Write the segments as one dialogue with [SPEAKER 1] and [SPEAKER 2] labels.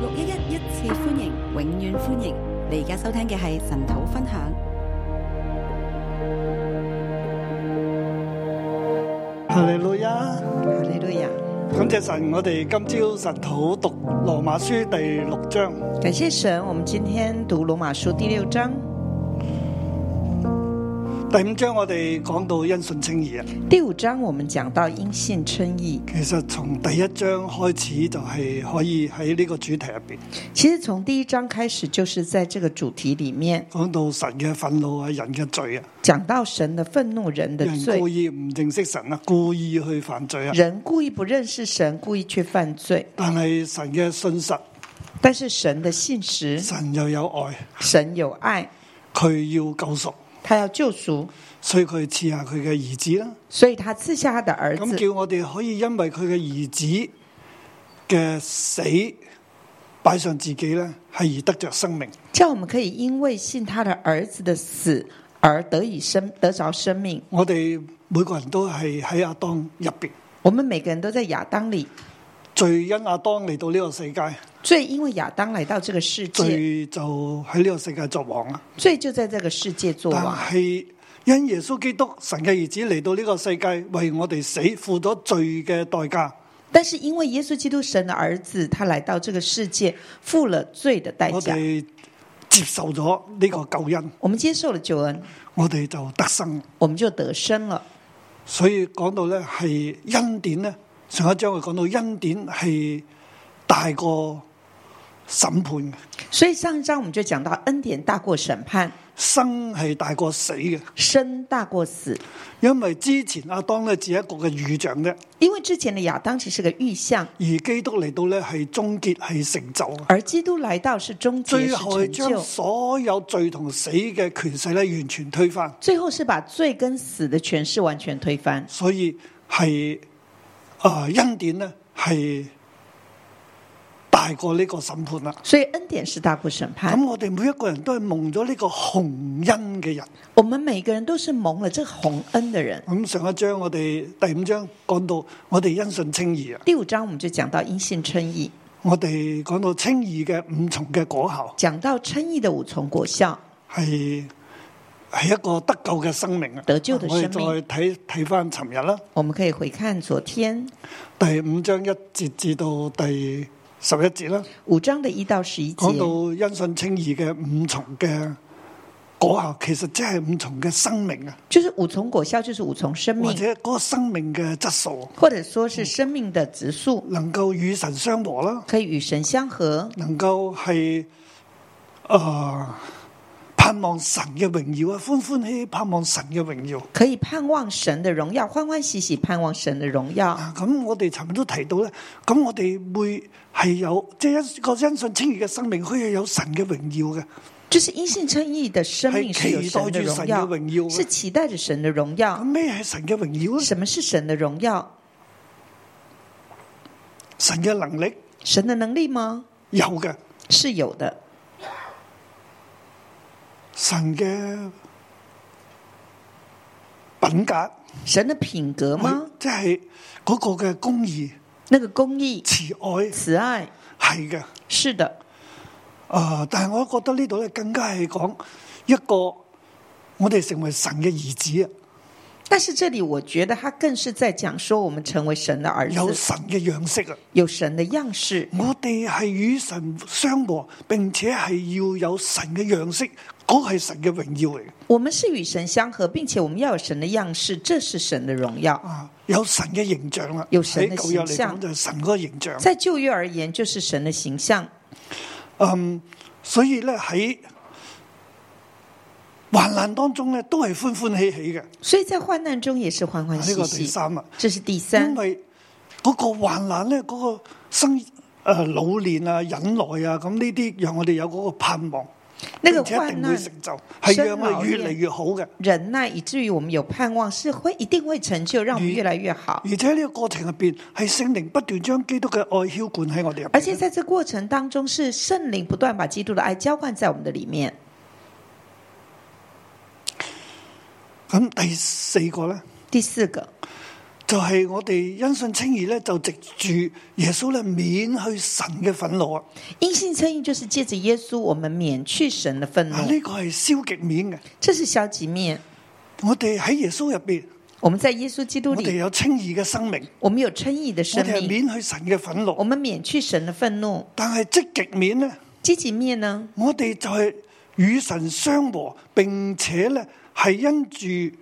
[SPEAKER 1] 六一一一次歡迎，永遠歡迎！你而家收聽嘅係神土分享。
[SPEAKER 2] 哈利路亞，
[SPEAKER 3] 哈利路亞！
[SPEAKER 2] 感謝神，我哋今朝神土讀羅馬書第六章。
[SPEAKER 3] 感謝神，我們今天讀羅馬書第六章，
[SPEAKER 2] 第五章我哋講到因信稱義啊，
[SPEAKER 3] 第五章我們講到因信稱義。
[SPEAKER 2] 其實從第一章開始就係可以喺呢個主題入邊
[SPEAKER 3] 其實從第一章開始，就是在這個主題裏面
[SPEAKER 2] 講到神嘅憤怒啊、人嘅罪啊，
[SPEAKER 3] 講到神的憤怒、人的
[SPEAKER 2] 人故
[SPEAKER 3] 罪、
[SPEAKER 2] 意唔認識神啊，故意去犯罪啊，
[SPEAKER 3] 人故意不認識神，故意去犯罪。
[SPEAKER 2] 但係神嘅信實，
[SPEAKER 3] 但是神的信實，
[SPEAKER 2] 神又有愛，
[SPEAKER 3] 神有愛，
[SPEAKER 2] 佢要救贖，
[SPEAKER 3] 他要救贖，
[SPEAKER 2] 所以佢賜下佢嘅兒子啦。
[SPEAKER 3] 所以他賜下他的兒
[SPEAKER 2] 咁
[SPEAKER 3] 子，
[SPEAKER 2] 叫我哋可以因為佢嘅兒子嘅死擺上自己咧，係而得着生命。
[SPEAKER 3] 叫我們可以因為信他的兒子的死而得以生得着生命。
[SPEAKER 2] 我哋每個人都係喺亞當入邊，
[SPEAKER 3] 我們每個人都在亞當裏，
[SPEAKER 2] 罪因亞當嚟到呢個世界，
[SPEAKER 3] 罪因為亞當來到這個世界。
[SPEAKER 2] 罪就喺呢個世界作王啦。
[SPEAKER 3] 罪就在這個世界作
[SPEAKER 2] 但
[SPEAKER 3] 王，
[SPEAKER 2] 係因耶穌基督神嘅兒子嚟到呢個世界，為我哋死，付咗罪嘅代價，
[SPEAKER 3] 但是因為耶穌基督神的兒子，他來到這個世界，付了罪的代
[SPEAKER 2] 我
[SPEAKER 3] 價。
[SPEAKER 2] 哋接受咗呢個救恩，
[SPEAKER 3] 我們接受了救恩，
[SPEAKER 2] 我哋就得生。
[SPEAKER 3] 我們就得生了。
[SPEAKER 2] 所以講到咧係恩典咧，上一章佢講到恩典係大過審判嘅，
[SPEAKER 3] 所以上一章我們就講到恩典大過審判，
[SPEAKER 2] 生係大過死嘅。
[SPEAKER 3] 生大過死。
[SPEAKER 2] 因為之前阿當咧只係一個嘅預象啫，
[SPEAKER 3] 因為之前的亞當只是個預象，
[SPEAKER 2] 而基督嚟到咧係終結係成就啊，
[SPEAKER 3] 而基督來到是終結，
[SPEAKER 2] 最
[SPEAKER 3] 是
[SPEAKER 2] 後係
[SPEAKER 3] 成
[SPEAKER 2] 將
[SPEAKER 3] 就。
[SPEAKER 2] 所有罪同死嘅權勢咧完全推翻，
[SPEAKER 3] 最後是把罪跟死的權勢完全推翻，
[SPEAKER 2] 所以係啊、恩典咧係大過呢個審判啦。
[SPEAKER 3] 所以恩典是大過審判
[SPEAKER 2] 咁。我哋每一個人都係蒙咗呢個洪恩嘅人。
[SPEAKER 3] 我們每個人都是蒙了這個洪恩的人。
[SPEAKER 2] 咁上一章我哋第五章講到，我哋因信稱義啊，
[SPEAKER 3] 第五章我們就講到因信稱義。
[SPEAKER 2] 我哋講到稱義嘅五重嘅果效
[SPEAKER 3] 講到稱義的五重果效，
[SPEAKER 2] 係係一個得救嘅生命啊，
[SPEAKER 3] 得救嘅生命
[SPEAKER 2] 我哋再睇睇翻尋日啦，
[SPEAKER 3] 我們可以回看昨天
[SPEAKER 2] 第五章一節至到第十一節啦，
[SPEAKER 3] 五章的一到十一
[SPEAKER 2] 講
[SPEAKER 3] 節，
[SPEAKER 2] 到因信稱義嘅五重嘅果效，其實即係五重嘅生命啊，
[SPEAKER 3] 就是五重果效，就是五重生
[SPEAKER 2] 或
[SPEAKER 3] 命，
[SPEAKER 2] 者嗰個生命嘅質素，
[SPEAKER 3] 或者說是生命的質素，
[SPEAKER 2] 能夠與神相和啦。
[SPEAKER 3] 可以與神相合，
[SPEAKER 2] 能夠係誒盼望神嘅榮耀啊，歡歡喜喜盼望神嘅榮耀
[SPEAKER 3] 可以盼望神的榮耀，歡歡喜喜盼望神的榮耀。
[SPEAKER 2] 啊！咁我哋尋日都提到咧，咁我哋會係有即係一個因信稱義嘅生命，佢係有神嘅榮耀嘅，
[SPEAKER 3] 就是因信稱義的生命是有神
[SPEAKER 2] 係
[SPEAKER 3] 的榮
[SPEAKER 2] 期待住神嘅榮耀嗯
[SPEAKER 3] 耀，
[SPEAKER 2] 啊
[SPEAKER 3] 是期待着神的榮
[SPEAKER 2] 咁
[SPEAKER 3] 耀。
[SPEAKER 2] 咩係神嘅榮耀咧？
[SPEAKER 3] 什麼是神的榮耀？
[SPEAKER 2] 神嘅能力
[SPEAKER 3] 神的能力嗎？
[SPEAKER 2] 有嘅，
[SPEAKER 3] 是有的，
[SPEAKER 2] 神嘅品格
[SPEAKER 3] 神的品格嗎？
[SPEAKER 2] 即係嗰個嘅公義
[SPEAKER 3] 那個公義、
[SPEAKER 2] 慈愛
[SPEAKER 3] 慈愛，
[SPEAKER 2] 係嘅。
[SPEAKER 3] 是的。
[SPEAKER 2] 啊、但係我覺得呢度咧更加係講一個我哋成為神嘅兒子啊，
[SPEAKER 3] 但是这里我觉得他更是在讲说，我们成为神的儿
[SPEAKER 2] 有
[SPEAKER 3] 子，
[SPEAKER 2] 神嘅樣式啊。
[SPEAKER 3] 有神的样式，
[SPEAKER 2] 我哋係與神相和，並且係要有神嘅樣式，嗰係神嘅榮耀嚟嘅
[SPEAKER 3] 我们是与神相合，并且我们要有神的样式，这是神的荣耀。
[SPEAKER 2] 啊！有神嘅形象啦，
[SPEAKER 3] 嗯有神
[SPEAKER 2] 喺
[SPEAKER 3] 嘅
[SPEAKER 2] 舊約嚟
[SPEAKER 3] 形
[SPEAKER 2] 講
[SPEAKER 3] 象
[SPEAKER 2] 就係神嗰個形象。
[SPEAKER 3] 在旧约而言，就是神的形象。
[SPEAKER 2] 嗯，所以咧喺患難當中咧，都係歡歡喜喜嘅。
[SPEAKER 3] 所以在患难中嗯也是欢欢
[SPEAKER 2] 呢
[SPEAKER 3] 喜
[SPEAKER 2] 個第
[SPEAKER 3] 喜。
[SPEAKER 2] 三啊。
[SPEAKER 3] 这是第
[SPEAKER 2] 因
[SPEAKER 3] 三，
[SPEAKER 2] 為嗰個患難咧，嗰、個生誒、呃老練啊、忍耐啊，咁呢啲讓我哋有嗰個盼望，
[SPEAKER 3] 那個
[SPEAKER 2] 並且一定
[SPEAKER 3] 患
[SPEAKER 2] 會
[SPEAKER 3] 難、
[SPEAKER 2] 成就，係讓我
[SPEAKER 3] 生老
[SPEAKER 2] 哋
[SPEAKER 3] 練
[SPEAKER 2] 越嚟越好嘅。
[SPEAKER 3] 忍耐，以至于我们有盼望，是会一定会成就，让我们
[SPEAKER 2] 你
[SPEAKER 3] 越来越好。
[SPEAKER 2] 而且呢個過程入邊係聖靈不斷將基督嘅愛澆灌喺我哋入
[SPEAKER 3] 而且
[SPEAKER 2] 邊，
[SPEAKER 3] 在这过程当中，是圣灵不断把基督的爱浇灌在我们的里面。
[SPEAKER 2] 咁第四個咧
[SPEAKER 3] 第四个
[SPEAKER 2] 就係我哋因信稱義咧，就藉住耶穌咧免去神嘅憤怒啊！
[SPEAKER 3] 因信称义就是借着耶稣，我们免去神的愤
[SPEAKER 2] 啊，
[SPEAKER 3] 怒，
[SPEAKER 2] 呢個係消極面嘅。
[SPEAKER 3] 这是消极面。
[SPEAKER 2] 我哋喺耶穌入邊，
[SPEAKER 3] 我们在耶稣基督
[SPEAKER 2] 我哋
[SPEAKER 3] 里，
[SPEAKER 2] 有稱義嘅生命，
[SPEAKER 3] 我们有称义的
[SPEAKER 2] 我
[SPEAKER 3] 生
[SPEAKER 2] 哋係
[SPEAKER 3] 命，
[SPEAKER 2] 免去神嘅憤
[SPEAKER 3] 我
[SPEAKER 2] 怒。
[SPEAKER 3] 们免去神的愤怒。
[SPEAKER 2] 但係積極面咧，
[SPEAKER 3] 积极面呢，
[SPEAKER 2] 我哋就係與神相和，並且咧係因住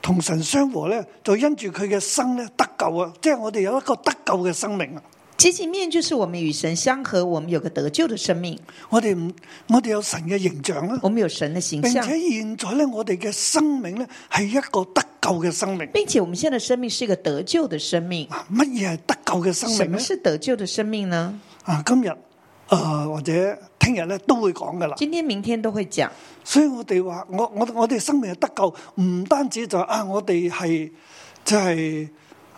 [SPEAKER 2] 同神相和咧，就因住佢嘅生咧得救啊！即係我哋有一個得救嘅生命啊！
[SPEAKER 3] 积极面就是我们与神相合，我们有个得救的生命，
[SPEAKER 2] 我哋唔，我哋有神嘅形象啦。
[SPEAKER 3] 我们有神的形
[SPEAKER 2] 并
[SPEAKER 3] 象，
[SPEAKER 2] 且现在咧，我哋嘅生命咧系一个得救嘅生命。
[SPEAKER 3] 并且我们现在的生命是一个得救的生命。
[SPEAKER 2] 啊乜嘢系得救嘅生
[SPEAKER 3] 什
[SPEAKER 2] 命
[SPEAKER 3] 么
[SPEAKER 2] 咧？
[SPEAKER 3] 是得救的生命呢？
[SPEAKER 2] 啊，今日诶、呃或者听日咧都会讲噶啦。
[SPEAKER 3] 今天、明天都会讲。
[SPEAKER 2] 所以我哋话，我我我哋生命嘅得救，唔单止就係啊，我哋系就系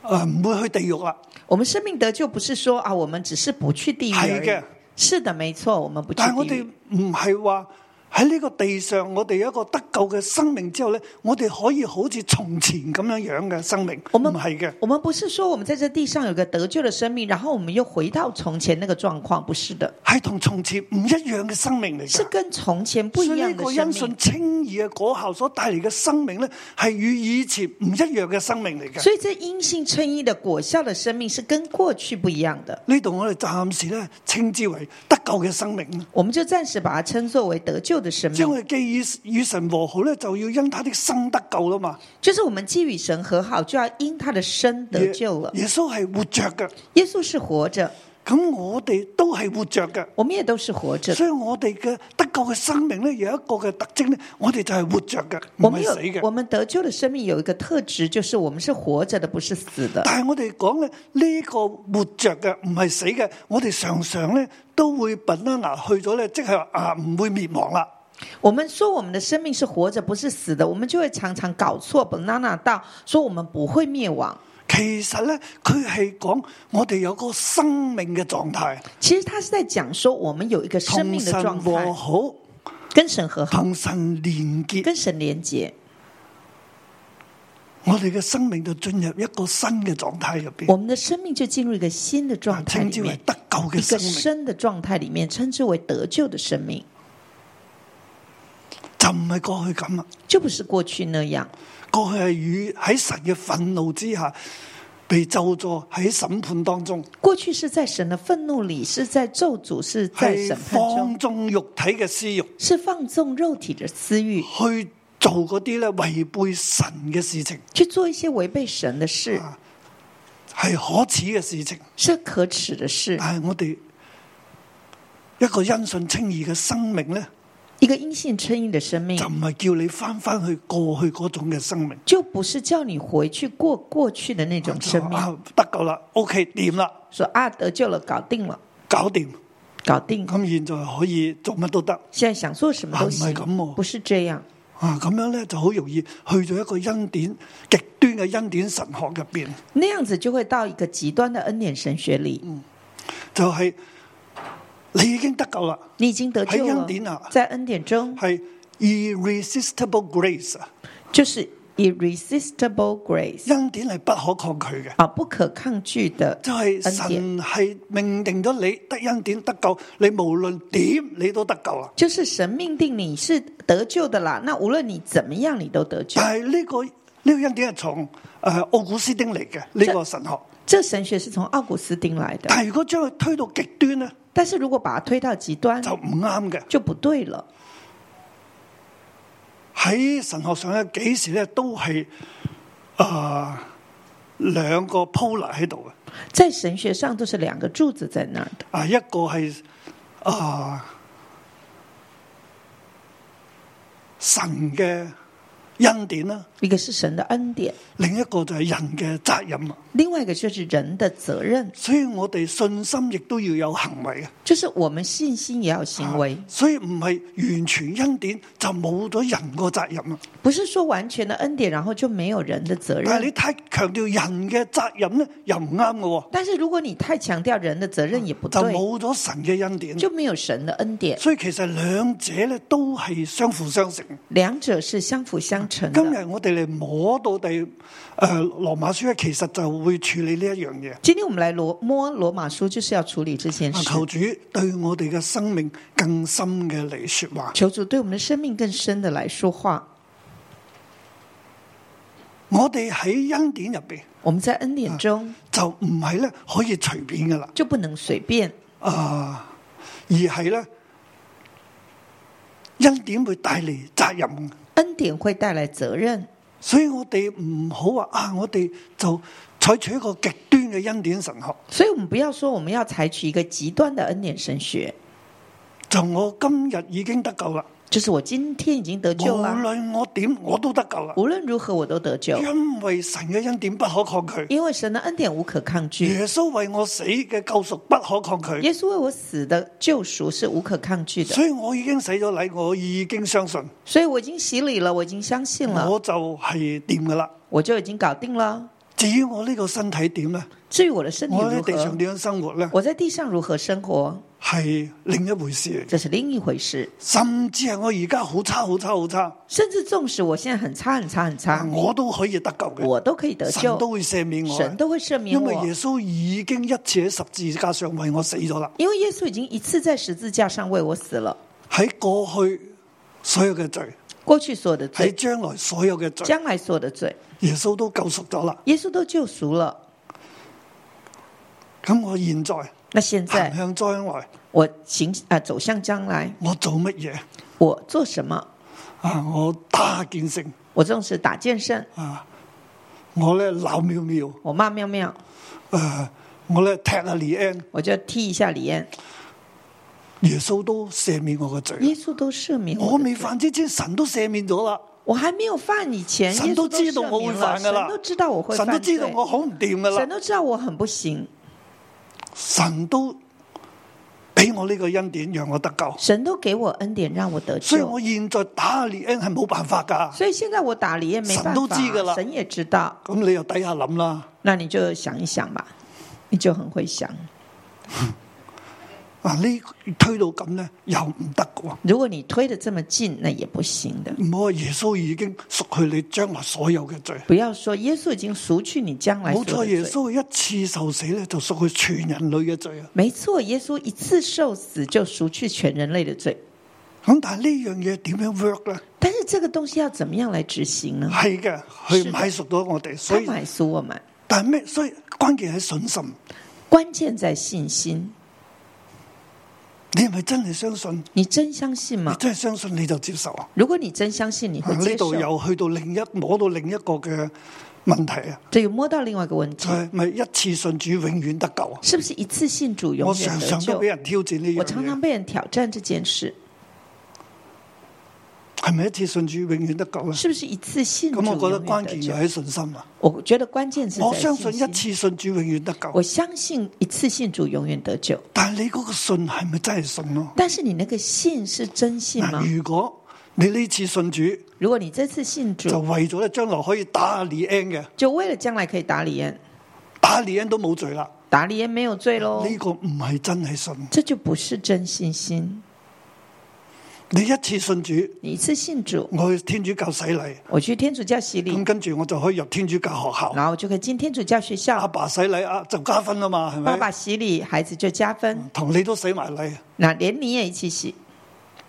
[SPEAKER 2] 诶唔会去地狱啦。
[SPEAKER 3] 我们生命得救不是说啊，我们只是不去地狱
[SPEAKER 2] 是
[SPEAKER 3] 而已
[SPEAKER 2] 的。
[SPEAKER 3] 是的，没错，我们不去
[SPEAKER 2] 但系我
[SPEAKER 3] 地
[SPEAKER 2] 哋
[SPEAKER 3] 狱。
[SPEAKER 2] 唔系话喺呢个地上，我哋有一个得救嘅生命之后咧，我哋可以好似从前咁样样嘅生命，
[SPEAKER 3] 我
[SPEAKER 2] 唔
[SPEAKER 3] 们
[SPEAKER 2] 系嘅。
[SPEAKER 3] 我们不是说我们在这地上有个得救的生命，然后我们又回到从前那个状况，不是的，
[SPEAKER 2] 系同从前唔一樣嘅生命嚟
[SPEAKER 3] 是
[SPEAKER 2] 㗎，
[SPEAKER 3] 跟从前不
[SPEAKER 2] 所
[SPEAKER 3] 一
[SPEAKER 2] 以呢
[SPEAKER 3] 样的
[SPEAKER 2] 個
[SPEAKER 3] 生
[SPEAKER 2] 因
[SPEAKER 3] 命
[SPEAKER 2] 信。稱義嘅果效所帶嚟嘅生命咧，係與以前唔一樣嘅生命嚟嘅。
[SPEAKER 3] 所以这因信称义的果效的生命是跟过去不一样的。
[SPEAKER 2] 呢度我哋暫時咧稱之為得救嘅生命啦。
[SPEAKER 3] 我们就暂时把它称作为得救的生
[SPEAKER 2] 即係
[SPEAKER 3] 命，
[SPEAKER 2] 我哋既與與神和好咧，就要因他的生得救啦嘛。
[SPEAKER 3] 就是我们既与神和好，就要因他的生得
[SPEAKER 2] 耶
[SPEAKER 3] 救了。
[SPEAKER 2] 耶穌係活着嘅，
[SPEAKER 3] 耶稣是活着，
[SPEAKER 2] 咁我哋都係活着嘅。
[SPEAKER 3] 我们也都是活着。
[SPEAKER 2] 所以我哋嘅得救嘅生命咧，有一個嘅特徵咧，我哋就係活着嘅，唔
[SPEAKER 3] 我们
[SPEAKER 2] 係
[SPEAKER 3] 有
[SPEAKER 2] 死嘅
[SPEAKER 3] 我。们得救的生命有一个特质，就是我们是活着的，不是死的。
[SPEAKER 2] 但系我哋講咧，呢、個活着嘅唔係死嘅，我哋常常咧都會 banana 去咗咧，即係話啊唔會滅亡啦。
[SPEAKER 3] 我们说我们的生命是活着，不是死的，我们就会常常搞错 banana 到说我们不会灭亡。
[SPEAKER 2] 其實咧，佢係講我哋有個生命嘅狀態，
[SPEAKER 3] 其实他是在講说我们有一个生
[SPEAKER 2] 同
[SPEAKER 3] 命的
[SPEAKER 2] 神
[SPEAKER 3] 状
[SPEAKER 2] 和
[SPEAKER 3] 态，
[SPEAKER 2] 好，
[SPEAKER 3] 跟神和好，
[SPEAKER 2] 同神連結，
[SPEAKER 3] 跟神连接，
[SPEAKER 2] 我哋嘅生命就進入一個新嘅狀態入边
[SPEAKER 3] 我，們的生命就進入一個新的狀態
[SPEAKER 2] 稱
[SPEAKER 3] 里
[SPEAKER 2] 之為
[SPEAKER 3] 面，
[SPEAKER 2] 得救嘅
[SPEAKER 3] 一個
[SPEAKER 2] 生命，
[SPEAKER 3] 生的狀態里面，稱之為得救的生命，
[SPEAKER 2] 就唔係過去咁啦。
[SPEAKER 3] 就不是過去那樣。
[SPEAKER 2] 過去係與喺神嘅憤怒之下被咒詛喺審判當中。
[SPEAKER 3] 過去是在神的憤怒里，是在咒詛，是在
[SPEAKER 2] 係
[SPEAKER 3] 審判中
[SPEAKER 2] 哎放，縱肉體嘅私欲，
[SPEAKER 3] 是放縱肉體的私欲，
[SPEAKER 2] 去做嗰啲咧違背神嘅事情，
[SPEAKER 3] 去做一些違背神的事，
[SPEAKER 2] 啊係可恥嘅事情。
[SPEAKER 3] 是可恥的事。
[SPEAKER 2] 但係我哋一個因信稱義嘅生命咧，
[SPEAKER 3] 一個因信稱義的生命
[SPEAKER 2] 就，唔係叫你翻翻去過去嗰種嘅生命。
[SPEAKER 3] 就不是叫你回去過過去的那種
[SPEAKER 2] 就
[SPEAKER 3] 生命，
[SPEAKER 2] 啊，得救啦，OK，掂啦，
[SPEAKER 3] 說啊得救了，搞定了，
[SPEAKER 2] 搞掂。
[SPEAKER 3] 搞定。
[SPEAKER 2] 咁現在可以做乜都得
[SPEAKER 3] 現在想做什麼都
[SPEAKER 2] 啊唔
[SPEAKER 3] 行
[SPEAKER 2] 係咁喎，
[SPEAKER 3] 不是這樣。
[SPEAKER 2] 啊！咁樣咧就好容易去咗一個恩典極端嘅恩典神學入邊。
[SPEAKER 3] 那样子就会到一个极端的恩典神学里。
[SPEAKER 2] 嗯就係你已經得救啦，
[SPEAKER 3] 你已经得救
[SPEAKER 2] 喺恩
[SPEAKER 3] 了
[SPEAKER 2] 典啊，
[SPEAKER 3] 在恩典中
[SPEAKER 2] 係 irresistible grace 啊，
[SPEAKER 3] 就是 irresistible grace
[SPEAKER 2] 恩典係不可抗拒嘅。
[SPEAKER 3] 啊，不可抗拒的
[SPEAKER 2] 就係
[SPEAKER 3] 恩典，
[SPEAKER 2] 神係命定咗你得恩典得救，你無論點你都得救啦。
[SPEAKER 3] 就是神命定你是得救的啦。那无论你怎么样，你都得救。
[SPEAKER 2] 但係呢、個呢、個恩典係從誒奧古斯丁嚟嘅呢個神學，
[SPEAKER 3] 这神学是从奥古斯丁来的，
[SPEAKER 2] 但係如果將佢推到極端咧，
[SPEAKER 3] 但是如果把它推到极端，
[SPEAKER 2] 就唔啱嘅。
[SPEAKER 3] 就不對了。
[SPEAKER 2] 喺神學上咧，幾時咧都係誒兩個 polar 喺度嘅。
[SPEAKER 3] 在神学上都是两个柱子在那儿的，
[SPEAKER 2] 啊，一個係啊神嘅恩典啦，
[SPEAKER 3] 一个是神的恩典，
[SPEAKER 2] 另一個就係人嘅責任啦。
[SPEAKER 3] 另外一个就是人的责任，
[SPEAKER 2] 所以我哋信心亦都要有行為嘅，
[SPEAKER 3] 就是我们信心也要有行为。
[SPEAKER 2] 所以唔係完全恩典就冇咗人個責任啦。
[SPEAKER 3] 不是说完全的恩典，然后就没有人的责
[SPEAKER 2] 但係
[SPEAKER 3] 任
[SPEAKER 2] 啊你。太強調人嘅責任咧，又唔啱嘅喎，
[SPEAKER 3] 但是如果你太強調人的責任也不
[SPEAKER 2] 就
[SPEAKER 3] 哦對，
[SPEAKER 2] 冇咗神嘅恩典。
[SPEAKER 3] 就沒有神的恩典，
[SPEAKER 2] 所以其實兩者咧都係相輔相成。
[SPEAKER 3] 兩者是相輔相相称
[SPEAKER 2] 今
[SPEAKER 3] 的。
[SPEAKER 2] 日我哋嚟摸到第誒、呃、羅馬書咧，其實就會處理呢一樣嘢。
[SPEAKER 3] 今天我们来罗摸罗马书，就是要处理这件
[SPEAKER 2] 啊
[SPEAKER 3] 事。
[SPEAKER 2] 求主對我哋嘅生命更深嘅嚟説話。
[SPEAKER 3] 求主对我们的生命更深的来说话。
[SPEAKER 2] 我哋喺恩典入邊
[SPEAKER 3] 我们在恩
[SPEAKER 2] 啊
[SPEAKER 3] 典中
[SPEAKER 2] 就唔係咧可以隨便噶啦，
[SPEAKER 3] 就不能随便，
[SPEAKER 2] 啊、而係咧恩典會帶嚟責任。
[SPEAKER 3] 恩典会带来责任，
[SPEAKER 2] 所以我哋唔好話啊！我哋就採取一個極端嘅恩典神學，
[SPEAKER 3] 所以我们不要说我们要采取一个极端的恩典神学，
[SPEAKER 2] 就我今日已經得救啦，
[SPEAKER 3] 就是我今天已经得
[SPEAKER 2] 無
[SPEAKER 3] 救了，
[SPEAKER 2] 論我點我都得救啦，
[SPEAKER 3] 无论如何我都得救，
[SPEAKER 2] 因為神嘅恩典不可抗拒，
[SPEAKER 3] 因为神的恩典无可抗拒。
[SPEAKER 2] 耶穌為我死嘅救贖不可抗拒，
[SPEAKER 3] 耶稣为我死的救赎是无可抗拒的，
[SPEAKER 2] 所以我已經洗咗禮，我已經相信，
[SPEAKER 3] 所以我已经洗礼了，我已经相信了，
[SPEAKER 2] 我就係掂噶啦。
[SPEAKER 3] 我就已经搞定了。
[SPEAKER 2] 至於我呢個身體點呢？
[SPEAKER 3] 至于我的身体
[SPEAKER 2] 我喺
[SPEAKER 3] 如
[SPEAKER 2] 地上
[SPEAKER 3] 何，啊
[SPEAKER 2] 點樣生活呢？
[SPEAKER 3] 我在地上如何生活，
[SPEAKER 2] 係另一回事嚟，
[SPEAKER 3] 这是另一回事。
[SPEAKER 2] 甚至係我而家好差、好差、好差，
[SPEAKER 3] 甚至纵使我现在很差、很差、很差，
[SPEAKER 2] 我都可以得救嘅。
[SPEAKER 3] 我都可以得
[SPEAKER 2] 神
[SPEAKER 3] 救，
[SPEAKER 2] 都會赦免嗯我，啊
[SPEAKER 3] 神都会赦免
[SPEAKER 2] 因為
[SPEAKER 3] 我
[SPEAKER 2] 耶，穌已經一次喺十字架上為我死咗啦。
[SPEAKER 3] 因为耶稣已经一次在十字架上为我死了，
[SPEAKER 2] 喺過去所有嘅罪，
[SPEAKER 3] 过去所有的
[SPEAKER 2] 喺
[SPEAKER 3] 罪，
[SPEAKER 2] 將來所有嘅罪，
[SPEAKER 3] 将来所有的罪，
[SPEAKER 2] 耶穌都救贖咗啦。
[SPEAKER 3] 耶稣都救赎了。
[SPEAKER 2] 咁我現在
[SPEAKER 3] 那现
[SPEAKER 2] 行
[SPEAKER 3] 在
[SPEAKER 2] 向將來，
[SPEAKER 3] 我行啊、走向将来，
[SPEAKER 2] 我做乜嘢
[SPEAKER 3] 我做什么？
[SPEAKER 2] 啊？我打見性
[SPEAKER 3] 我纵使打剑圣，
[SPEAKER 2] 啊！我咧鬧妙妙，
[SPEAKER 3] 我骂妙妙，
[SPEAKER 2] 诶、我咧踢下李安，
[SPEAKER 3] 我就踢一下李安，
[SPEAKER 2] 耶穌都赦免我嘅罪。
[SPEAKER 3] 耶稣都赦免
[SPEAKER 2] 哎我
[SPEAKER 3] 我的
[SPEAKER 2] 未
[SPEAKER 3] 罪。
[SPEAKER 2] 犯之前，神都赦免咗啦。
[SPEAKER 3] 我还没有犯以前，耶
[SPEAKER 2] 神
[SPEAKER 3] 稣
[SPEAKER 2] 都
[SPEAKER 3] 赦
[SPEAKER 2] 知道
[SPEAKER 3] 免
[SPEAKER 2] 我會
[SPEAKER 3] 了
[SPEAKER 2] 犯噶啦
[SPEAKER 3] 神都知道我会
[SPEAKER 2] 神
[SPEAKER 3] 犯
[SPEAKER 2] 都
[SPEAKER 3] 罪，
[SPEAKER 2] 知道我好唔掂噶啦
[SPEAKER 3] 神。都知道我很不行，
[SPEAKER 2] 神都俾我呢個恩典，讓我得救。
[SPEAKER 3] 神都给我恩典让我得
[SPEAKER 2] 所以
[SPEAKER 3] 救
[SPEAKER 2] 我。現在打下列恩係冇辦法㗎。
[SPEAKER 3] 所以现在我打李也没办法，
[SPEAKER 2] 神都知噶啦
[SPEAKER 3] 神也知道。
[SPEAKER 2] 咁你又底下諗啦，
[SPEAKER 3] 那你就想一想吧，你就很会想。
[SPEAKER 2] 啊呢推到咁咧又唔得嘅喎。
[SPEAKER 3] 如果你推得这么近，那也不行的。
[SPEAKER 2] 唔好話耶穌已經贖去你將來所有嘅罪。
[SPEAKER 3] 不要说耶稣已经赎去你将来
[SPEAKER 2] 冇
[SPEAKER 3] 所
[SPEAKER 2] 錯，
[SPEAKER 3] 有
[SPEAKER 2] 耶
[SPEAKER 3] 的罪。
[SPEAKER 2] 穌一次受死咧就贖去全人類嘅罪啊。
[SPEAKER 3] 没错，耶稣一次受死就赎去全人类的罪。
[SPEAKER 2] 咁但係呢樣嘢點樣 work 咧？
[SPEAKER 3] 但是这个东西要怎么样来执行呢？
[SPEAKER 2] 係嘅，
[SPEAKER 3] 是
[SPEAKER 2] 去
[SPEAKER 3] 的
[SPEAKER 2] 買贖到我哋，所
[SPEAKER 3] 他
[SPEAKER 2] 以
[SPEAKER 3] 买赎我们，
[SPEAKER 2] 但係咩？所以關鍵係信心。
[SPEAKER 3] 关键在信心。
[SPEAKER 2] 你係咪真係相信？
[SPEAKER 3] 你真相信
[SPEAKER 2] 你
[SPEAKER 3] 吗？
[SPEAKER 2] 真係相信你就接受啊！
[SPEAKER 3] 如果你真相信，你
[SPEAKER 2] 啊
[SPEAKER 3] 会
[SPEAKER 2] 呢
[SPEAKER 3] 接
[SPEAKER 2] 度
[SPEAKER 3] 受。
[SPEAKER 2] 又去到另一摸到另一個嘅問題啊，
[SPEAKER 3] 这又摸到另外一个问
[SPEAKER 2] 就
[SPEAKER 3] 题，
[SPEAKER 2] 係咪一次信主永遠得救啊？
[SPEAKER 3] 是不是一次信主
[SPEAKER 2] 我
[SPEAKER 3] 永远
[SPEAKER 2] 常
[SPEAKER 3] 得
[SPEAKER 2] 常都
[SPEAKER 3] 救
[SPEAKER 2] 俾？人挑戰呢
[SPEAKER 3] 我
[SPEAKER 2] 樣
[SPEAKER 3] 常常
[SPEAKER 2] 嘢，啊
[SPEAKER 3] 被人挑战这件事，
[SPEAKER 2] 係咪一次信主永遠得救咧？
[SPEAKER 3] 是不是一次信主
[SPEAKER 2] 哎咁我覺
[SPEAKER 3] 永
[SPEAKER 2] 得
[SPEAKER 3] 远
[SPEAKER 2] 關
[SPEAKER 3] 得
[SPEAKER 2] 鍵
[SPEAKER 3] 救
[SPEAKER 2] 就？喺信心啊！
[SPEAKER 3] 我觉得关键是在
[SPEAKER 2] 我相信一
[SPEAKER 3] 信心，
[SPEAKER 2] 次信主永遠得救
[SPEAKER 3] 我，相信一次信主永远得救。
[SPEAKER 2] 但係你嗰個信係咪真係信咯？
[SPEAKER 3] 但是你那个信是真信吗
[SPEAKER 2] 嗱，？如果你呢次信主
[SPEAKER 3] 如果你这次信
[SPEAKER 2] 就
[SPEAKER 3] 主，
[SPEAKER 2] 為咗咧將來可以打李 N 嘅，
[SPEAKER 3] 就为了将来可以打李恩，
[SPEAKER 2] 打李 N 都冇罪啦，
[SPEAKER 3] 打李恩没有罪喽，
[SPEAKER 2] 呢個唔係真係信。
[SPEAKER 3] 这就不是真信心。
[SPEAKER 2] 你一次信主，
[SPEAKER 3] 你一次信主，
[SPEAKER 2] 我去天主教洗禮，
[SPEAKER 3] 我去天主教洗
[SPEAKER 2] 咁
[SPEAKER 3] 礼，
[SPEAKER 2] 跟住我就可以入天主教學校。
[SPEAKER 3] 然后我就可以进天主教学
[SPEAKER 2] 阿
[SPEAKER 3] 校，
[SPEAKER 2] 爸洗禮啊，就加分啦嘛，係
[SPEAKER 3] 爸
[SPEAKER 2] 咪？
[SPEAKER 3] 爸洗礼，孩子就加分，
[SPEAKER 2] 同你都洗埋禮，
[SPEAKER 3] 那连你也一起洗。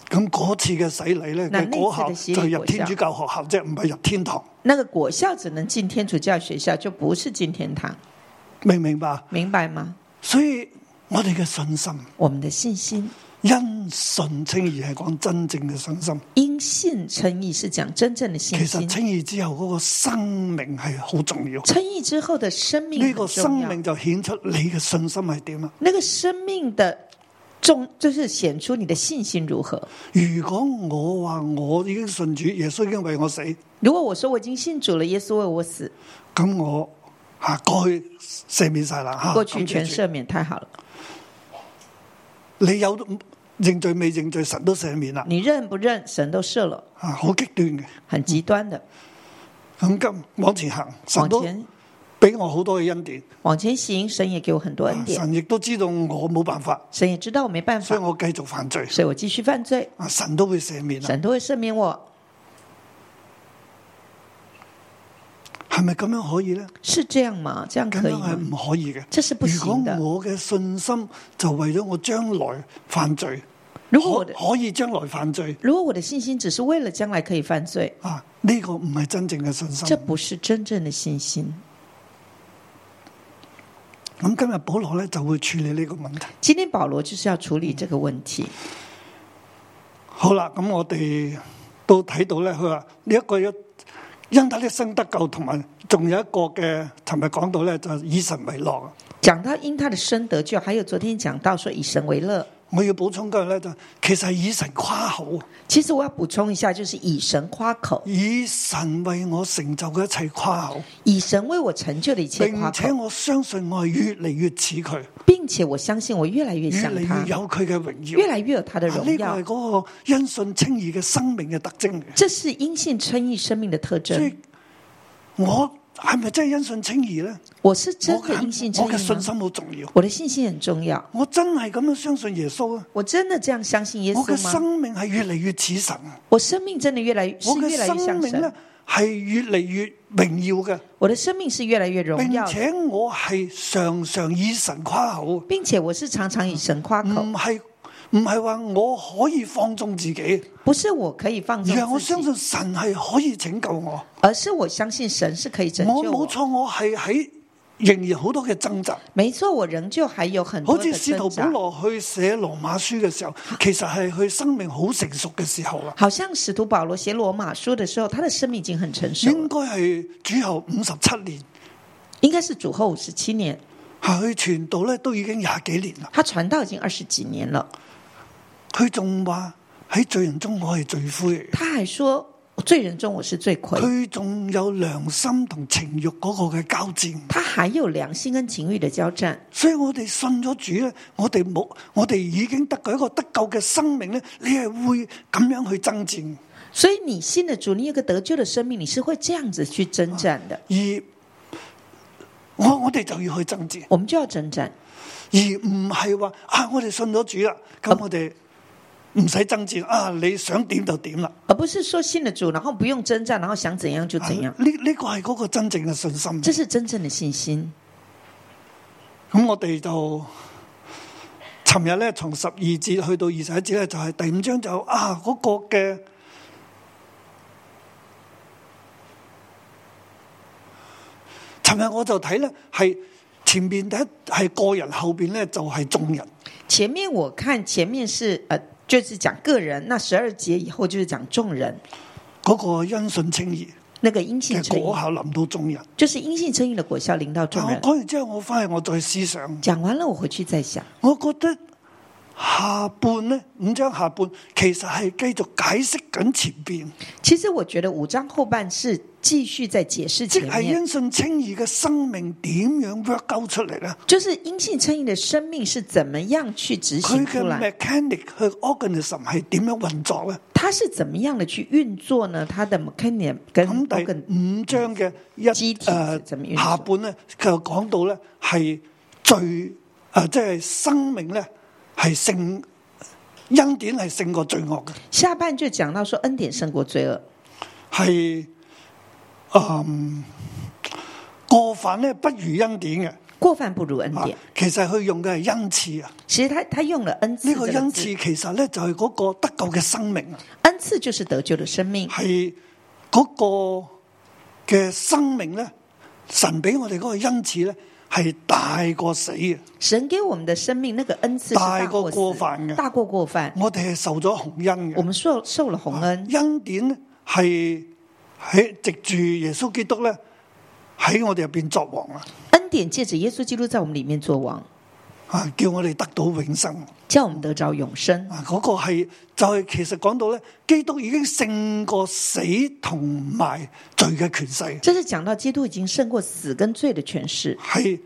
[SPEAKER 2] 咁嗰次嘅洗禮咧，嘅
[SPEAKER 3] 嗱
[SPEAKER 2] 果效
[SPEAKER 3] 呢次嘅洗禮
[SPEAKER 2] 就入天主教學校啫，唔係入天堂，
[SPEAKER 3] 那个果校只能进天主教学校，就不是进天堂，
[SPEAKER 2] 明唔明白？
[SPEAKER 3] 明白吗？
[SPEAKER 2] 所以我哋嘅信心，
[SPEAKER 3] 我们的信心
[SPEAKER 2] 因信稱義係講真正嘅信心。
[SPEAKER 3] 因信称义是讲真正的
[SPEAKER 2] 其
[SPEAKER 3] 信
[SPEAKER 2] 實
[SPEAKER 3] 心，
[SPEAKER 2] 稱義之後嗰個生命係好重要，
[SPEAKER 3] 称义之后的生命
[SPEAKER 2] 呢
[SPEAKER 3] 很
[SPEAKER 2] 個
[SPEAKER 3] 重
[SPEAKER 2] 生
[SPEAKER 3] 要
[SPEAKER 2] 命就顯出你嘅信心係點啦。
[SPEAKER 3] 那个生命的重，就是显出你的信心如何。
[SPEAKER 2] 如果我話我已經信主，耶穌已經為我死，
[SPEAKER 3] 如果我说我已经信主了，耶稣为我死，
[SPEAKER 2] 咁我吓過去赦免晒啦吓，啊
[SPEAKER 3] 过去
[SPEAKER 2] 感謝
[SPEAKER 3] 全
[SPEAKER 2] 主
[SPEAKER 3] 赦免，太好了。
[SPEAKER 2] 你有認罪未認罪，神都赦免啦，
[SPEAKER 3] 你认不认，神都赦了，
[SPEAKER 2] 啊，好極端嘅。
[SPEAKER 3] 很极端的。
[SPEAKER 2] 咁今往前行，嗯神
[SPEAKER 3] 往
[SPEAKER 2] 都
[SPEAKER 3] 前
[SPEAKER 2] 俾我好多嘅恩典，
[SPEAKER 3] 往前行，神也给我很多恩
[SPEAKER 2] 啊
[SPEAKER 3] 典，
[SPEAKER 2] 神亦都知道我冇辦法，
[SPEAKER 3] 神也知道我没办
[SPEAKER 2] 所以
[SPEAKER 3] 法，
[SPEAKER 2] 我繼續犯罪，
[SPEAKER 3] 所以我继续犯罪，
[SPEAKER 2] 啊，神都會赦免啦。
[SPEAKER 3] 神都会赦免我。
[SPEAKER 2] 係咪咁樣可以呢？
[SPEAKER 3] 是这样吗？这样
[SPEAKER 2] 咁
[SPEAKER 3] 可以
[SPEAKER 2] 樣係
[SPEAKER 3] 吗？
[SPEAKER 2] 唔可以嘅。
[SPEAKER 3] 這是不
[SPEAKER 2] 如果
[SPEAKER 3] 行的
[SPEAKER 2] 我嘅信心就為咗我將來犯罪，
[SPEAKER 3] 如果我
[SPEAKER 2] 可
[SPEAKER 3] 的
[SPEAKER 2] 可以將來犯罪
[SPEAKER 3] 如果我的信心只是为了将来可以犯罪，
[SPEAKER 2] 啊？呢、個唔係真正嘅信
[SPEAKER 3] 这
[SPEAKER 2] 心。
[SPEAKER 3] 不是真正的信心。
[SPEAKER 2] 咁今日保羅咧就會處理呢個問題。
[SPEAKER 3] 今天保罗就是要处理这个问题。
[SPEAKER 2] 好啦，咁我哋都睇到咧，佢話呢一個有因他的生得救，同埋仲有一個嘅，尋日講到咧就係以神為樂。
[SPEAKER 3] 讲到因他的生得救，还有昨天讲到说以神为乐。
[SPEAKER 2] 我要補充嘅咧就其實係以神誇口，
[SPEAKER 3] 其实我要补充一下，就是以神夸口，
[SPEAKER 2] 以神為我成就嘅一切誇口，
[SPEAKER 3] 以神为我成就的一切
[SPEAKER 2] 並
[SPEAKER 3] 夸
[SPEAKER 2] 且
[SPEAKER 3] 口，
[SPEAKER 2] 我相信我係越嚟越似佢，
[SPEAKER 3] 并且我相信我越来越
[SPEAKER 2] 越
[SPEAKER 3] 像
[SPEAKER 2] 嚟
[SPEAKER 3] 他
[SPEAKER 2] 越，有佢嘅榮
[SPEAKER 3] 越
[SPEAKER 2] 耀。
[SPEAKER 3] 来越有他的
[SPEAKER 2] 啊呢
[SPEAKER 3] 荣
[SPEAKER 2] 個
[SPEAKER 3] 耀
[SPEAKER 2] 係。嗰個因信稱義嘅生命嘅特徵嚟。
[SPEAKER 3] 这是因信称义生命的特
[SPEAKER 2] 所
[SPEAKER 3] 征
[SPEAKER 2] 以。我係咪真係因信稱義咧？
[SPEAKER 3] 我是真
[SPEAKER 2] 我
[SPEAKER 3] 的因信称
[SPEAKER 2] 嘅
[SPEAKER 3] 义
[SPEAKER 2] 信
[SPEAKER 3] 吗？
[SPEAKER 2] 心好重要。
[SPEAKER 3] 我的信心很重要。
[SPEAKER 2] 我真係咁樣相信耶穌啊！
[SPEAKER 3] 我真的这样相信耶
[SPEAKER 2] 我嘅
[SPEAKER 3] 稣吗？
[SPEAKER 2] 生命係越嚟越似神，啊
[SPEAKER 3] 我生命真的越来越是
[SPEAKER 2] 我
[SPEAKER 3] 越
[SPEAKER 2] 嘅
[SPEAKER 3] 来越
[SPEAKER 2] 生
[SPEAKER 3] 像
[SPEAKER 2] 命咧
[SPEAKER 3] 神，
[SPEAKER 2] 係越嚟越榮耀嘅，
[SPEAKER 3] 我的生命是越来越荣
[SPEAKER 2] 並
[SPEAKER 3] 耀的，
[SPEAKER 2] 且我係常常以神誇口，
[SPEAKER 3] 并且我是常常以神夸口，
[SPEAKER 2] 唔係唔係話我可以放縱自己，
[SPEAKER 3] 不是我可以放
[SPEAKER 2] 而
[SPEAKER 3] 纵
[SPEAKER 2] 係我
[SPEAKER 3] 自
[SPEAKER 2] 相
[SPEAKER 3] 己，
[SPEAKER 2] 信神係可以拯救我。
[SPEAKER 3] 而是我相信神是可以拯
[SPEAKER 2] 我
[SPEAKER 3] 救
[SPEAKER 2] 冇
[SPEAKER 3] 我。
[SPEAKER 2] 錯，我係喺仍然好多嘅掙扎。
[SPEAKER 3] 没错，我仍旧还有很多
[SPEAKER 2] 好似
[SPEAKER 3] 的
[SPEAKER 2] 使徒保
[SPEAKER 3] 挣扎。
[SPEAKER 2] 羅去寫羅馬書嘅 時候，其實係佢生命好成熟嘅時候啊，
[SPEAKER 3] 好像使徒保罗写罗马书的时候，他的生命已经很成熟
[SPEAKER 2] 應
[SPEAKER 3] 了，
[SPEAKER 2] 該係主後五十七年，
[SPEAKER 3] 应该是主后五十七年，
[SPEAKER 2] 係佢傳道咧都已經廿幾年啦。
[SPEAKER 3] 他传道已经二十几年了。
[SPEAKER 2] 佢仲話喺罪人中我係罪魁嚟嘅，
[SPEAKER 3] 他还说，罪人中我是罪魁。
[SPEAKER 2] 佢仲有良心同情慾嗰個嘅交戰。
[SPEAKER 3] 他还有良心跟情欲的交战，
[SPEAKER 2] 所以我哋信咗主咧，我哋冇，我哋已經得佢一個得救嘅生命咧，你係會咁樣去爭戰，
[SPEAKER 3] 所以你信了主，你有个得救的生命，你是会这样子去征战的。
[SPEAKER 2] 而我我哋就要去爭戰。
[SPEAKER 3] 我们就要征战，
[SPEAKER 2] 而唔係話啊，我哋信咗主啦，咁我哋唔使爭戰啊，你想點就點啦。
[SPEAKER 3] 而不是说信了主，然后不用征战，然后想怎样就
[SPEAKER 2] 啊
[SPEAKER 3] 怎
[SPEAKER 2] 呢
[SPEAKER 3] 样。
[SPEAKER 2] 呢個係嗰個真正嘅信心。
[SPEAKER 3] 这是真正的信心。
[SPEAKER 2] 咁我哋就尋日咧，從十二節去到二十一節咧，就係、第五章就啊嗰、個嘅。尋日我就睇咧，係前面第一係個人，後邊咧就係眾人。
[SPEAKER 3] 前面我看前面是呃，就是講個人，那十二节以後就是講眾人，
[SPEAKER 2] 嗰、個因信稱義
[SPEAKER 3] 那個因信
[SPEAKER 2] 嘅
[SPEAKER 3] 稱
[SPEAKER 2] 果
[SPEAKER 3] 義，
[SPEAKER 2] 效臨到眾人。
[SPEAKER 3] 就是因信稱義的果效臨到眾
[SPEAKER 2] 但我
[SPEAKER 3] 人。
[SPEAKER 2] 講完之後，我翻去我再思想，
[SPEAKER 3] 講完了，我回去再想。
[SPEAKER 2] 我覺得下半呢，五章下半其實係繼續解釋緊前邊，
[SPEAKER 3] 其實我覺得五章後半是繼續在解釋
[SPEAKER 2] 即
[SPEAKER 3] 前
[SPEAKER 2] 係
[SPEAKER 3] 面，
[SPEAKER 2] 哎因信稱義嘅生命點樣 work out 出嚟呢？
[SPEAKER 3] 就是因信稱義的生命是怎麼樣去執
[SPEAKER 2] 佢
[SPEAKER 3] 行
[SPEAKER 2] 嘅
[SPEAKER 3] 出來，
[SPEAKER 2] mechanic 佢 organism 係點樣運作呢？
[SPEAKER 3] 它是怎麼樣的去運作呢？它的 mechanic 跟
[SPEAKER 2] 咁第
[SPEAKER 3] organ
[SPEAKER 2] 五章嘅一
[SPEAKER 3] 機體
[SPEAKER 2] 呃
[SPEAKER 3] 是怎麼運作
[SPEAKER 2] 下半呢，就講到呢係罪啊，即係生命呢係勝恩典係勝過罪惡嘅。
[SPEAKER 3] 下半就講到說恩典勝過罪惡，
[SPEAKER 2] 系嗯过犯咧不如恩典
[SPEAKER 3] 過犯不如恩
[SPEAKER 2] 嘅，
[SPEAKER 3] 典
[SPEAKER 2] 啊。其實佢用嘅係恩賜啊。
[SPEAKER 3] 其實他他用了恩
[SPEAKER 2] 呢、
[SPEAKER 3] 賜
[SPEAKER 2] 個
[SPEAKER 3] 這個
[SPEAKER 2] 恩
[SPEAKER 3] 字，
[SPEAKER 2] 賜其實咧就係嗰個得救嘅生命啊，
[SPEAKER 3] 恩賜就是得救的生命。
[SPEAKER 2] 係嗰個嘅生命咧，神俾我哋嗰個恩賜咧係大過死嘅，
[SPEAKER 3] 神給我們的生命那個恩賜是大過死
[SPEAKER 2] 大過過犯嘅
[SPEAKER 3] 大過過犯。
[SPEAKER 2] 我哋係受咗洪恩嘅。
[SPEAKER 3] 我
[SPEAKER 2] 啊
[SPEAKER 3] 們受受了洪恩，
[SPEAKER 2] 恩典咧係喺藉住耶穌基督咧喺我哋入邊作王啊，
[SPEAKER 3] 恩典借着耶穌基督在我們裡面作王，
[SPEAKER 2] 啊叫我哋得到永生。
[SPEAKER 3] 叫我們得着永生。
[SPEAKER 2] 啊，嗰、個係就係、其實講到咧，基督已經勝過死同埋罪嘅權勢，
[SPEAKER 3] 這是講到基督已經勝過死跟罪的權勢，
[SPEAKER 2] 係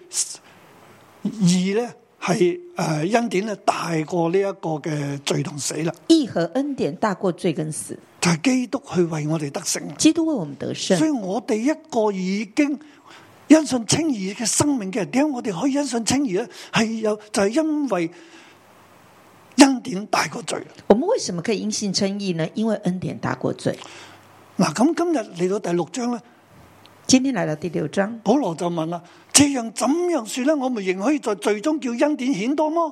[SPEAKER 2] 義咧係誒恩典咧大過呢一個嘅罪同死啦，
[SPEAKER 3] 義和恩典大過罪跟死。
[SPEAKER 2] 就係、基督去為我哋得勝啦。
[SPEAKER 3] 基督為我們得
[SPEAKER 2] 所以
[SPEAKER 3] 勝，
[SPEAKER 2] 我哋一個已經因信稱義嘅生命嘅人，點解我哋可以因信稱義咧？係有就係、因為恩典大過罪。
[SPEAKER 3] 我們為什麼可以因信稱義呢？因為恩典大過罪。
[SPEAKER 2] 嗱，咁今日嚟到第六章咧，
[SPEAKER 3] 今天来到第六章，
[SPEAKER 2] 保羅就問啦：這樣怎樣說呢？我們仍可以在罪中叫恩典顯多麼？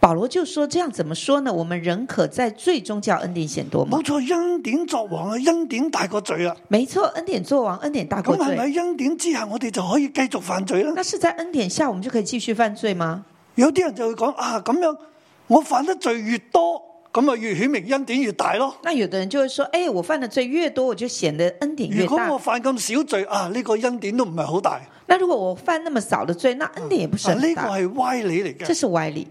[SPEAKER 3] 保罗就说：这样怎么说呢？我们仍可在最终叫恩典显多吗？
[SPEAKER 2] 冇錯，恩典作王啊，恩典大過罪啊。
[SPEAKER 3] 没错，恩典作王，恩典大过
[SPEAKER 2] 咁係咪
[SPEAKER 3] 罪。
[SPEAKER 2] 喺恩典之下，我哋就可以繼續犯罪呢？
[SPEAKER 3] 那是在恩典下，我们就可以继续犯罪吗？
[SPEAKER 2] 有啲人就會講啊，咁樣我犯得罪越多，咁啊越顯明恩典越大咯。
[SPEAKER 3] 那有的人就会说：哎，我犯的罪越多，我就显得恩典越
[SPEAKER 2] 如果
[SPEAKER 3] 大
[SPEAKER 2] 我。犯咁少罪啊，呢、個恩典都唔係好大。啊
[SPEAKER 3] 那如果我犯那么少的罪，那恩典也不是很
[SPEAKER 2] 呢、個
[SPEAKER 3] 大。
[SPEAKER 2] 係歪理嚟
[SPEAKER 3] 这
[SPEAKER 2] 嘅。
[SPEAKER 3] 是歪理。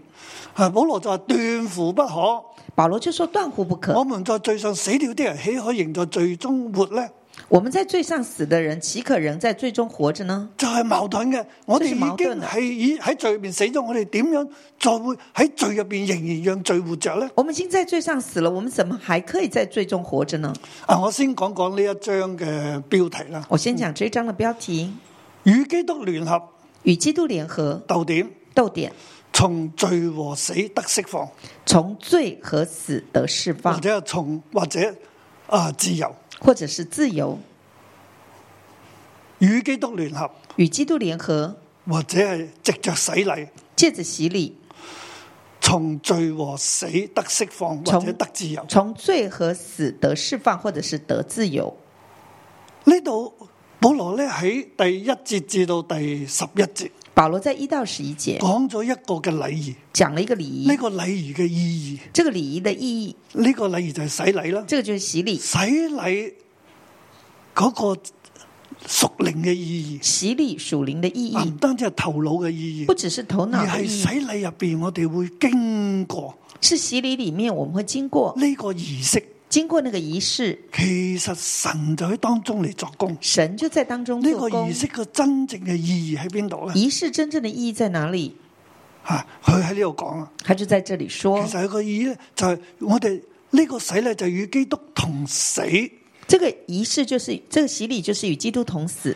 [SPEAKER 2] 啊，保羅就話斷乎不可。
[SPEAKER 3] 保罗就说：断乎不可
[SPEAKER 2] 我。們在罪上死了啲人，岂可仍在罪中活呢？
[SPEAKER 3] 我们在罪上死的人，岂可仍在罪中活着呢？
[SPEAKER 2] 就係矛盾嘅。我哋已經
[SPEAKER 3] 啊
[SPEAKER 2] 係已喺罪入面死咗，我哋點樣再會喺罪入面仍然讓罪活着呢？
[SPEAKER 3] 我们已经在罪上死了，我们怎么还可以在罪中活着呢？
[SPEAKER 2] 啊，我先講講呢一章嘅標題啦。
[SPEAKER 3] 我先讲这一章的标题：
[SPEAKER 2] 與基督聯合
[SPEAKER 3] 与基督联合，
[SPEAKER 2] 鬥點，
[SPEAKER 3] 逗点，
[SPEAKER 2] 從罪和死得釋放，
[SPEAKER 3] 从罪和死的释
[SPEAKER 2] 或
[SPEAKER 3] 放，
[SPEAKER 2] 者係從或者啊自由。
[SPEAKER 3] 或者是自由；
[SPEAKER 2] 與基督聯合，
[SPEAKER 3] 与基督联合，
[SPEAKER 2] 或者係藉着洗禮，
[SPEAKER 3] 借着洗礼，
[SPEAKER 2] 從罪和死得釋放，或者得自由。
[SPEAKER 3] 从罪和死的释放，或者是得自由。
[SPEAKER 2] 呢度保羅咧喺第一節至到第十一節
[SPEAKER 3] 保罗在一到十一节
[SPEAKER 2] 講咗一個嘅禮儀。
[SPEAKER 3] 讲了一个礼仪
[SPEAKER 2] 呢、，個禮儀嘅意義，
[SPEAKER 3] 这个礼仪的意义，
[SPEAKER 2] 呢、個禮儀就係洗禮啦。
[SPEAKER 3] 这个就是洗礼。
[SPEAKER 2] 洗禮嗰個屬靈嘅意
[SPEAKER 3] 洗礼属灵的意
[SPEAKER 2] 義，啊唔
[SPEAKER 3] 义，
[SPEAKER 2] 單止係頭腦嘅意
[SPEAKER 3] 不
[SPEAKER 2] 義，
[SPEAKER 3] 只是头脑
[SPEAKER 2] 而
[SPEAKER 3] 的
[SPEAKER 2] 係
[SPEAKER 3] 意
[SPEAKER 2] 洗
[SPEAKER 3] 义，
[SPEAKER 2] 禮入边我哋會經過
[SPEAKER 3] 是洗礼里面我们会经过
[SPEAKER 2] 呢個儀式。
[SPEAKER 3] 经过那个仪式，
[SPEAKER 2] 其實神就喺當中嚟作工。
[SPEAKER 3] 神就在当中
[SPEAKER 2] 呢、個
[SPEAKER 3] 做
[SPEAKER 2] 儀
[SPEAKER 3] 工。
[SPEAKER 2] 式嘅真正嘅意義喺邊度咧？
[SPEAKER 3] 仪式真正的意义在哪里？
[SPEAKER 2] 吓、佢喺呢度講啊。
[SPEAKER 3] 他就在这里说
[SPEAKER 2] 其，實佢個意義咧，就係我哋呢個洗禮就與基督同死，亦
[SPEAKER 3] 这个仪式就是这个洗礼，就是与基督同死，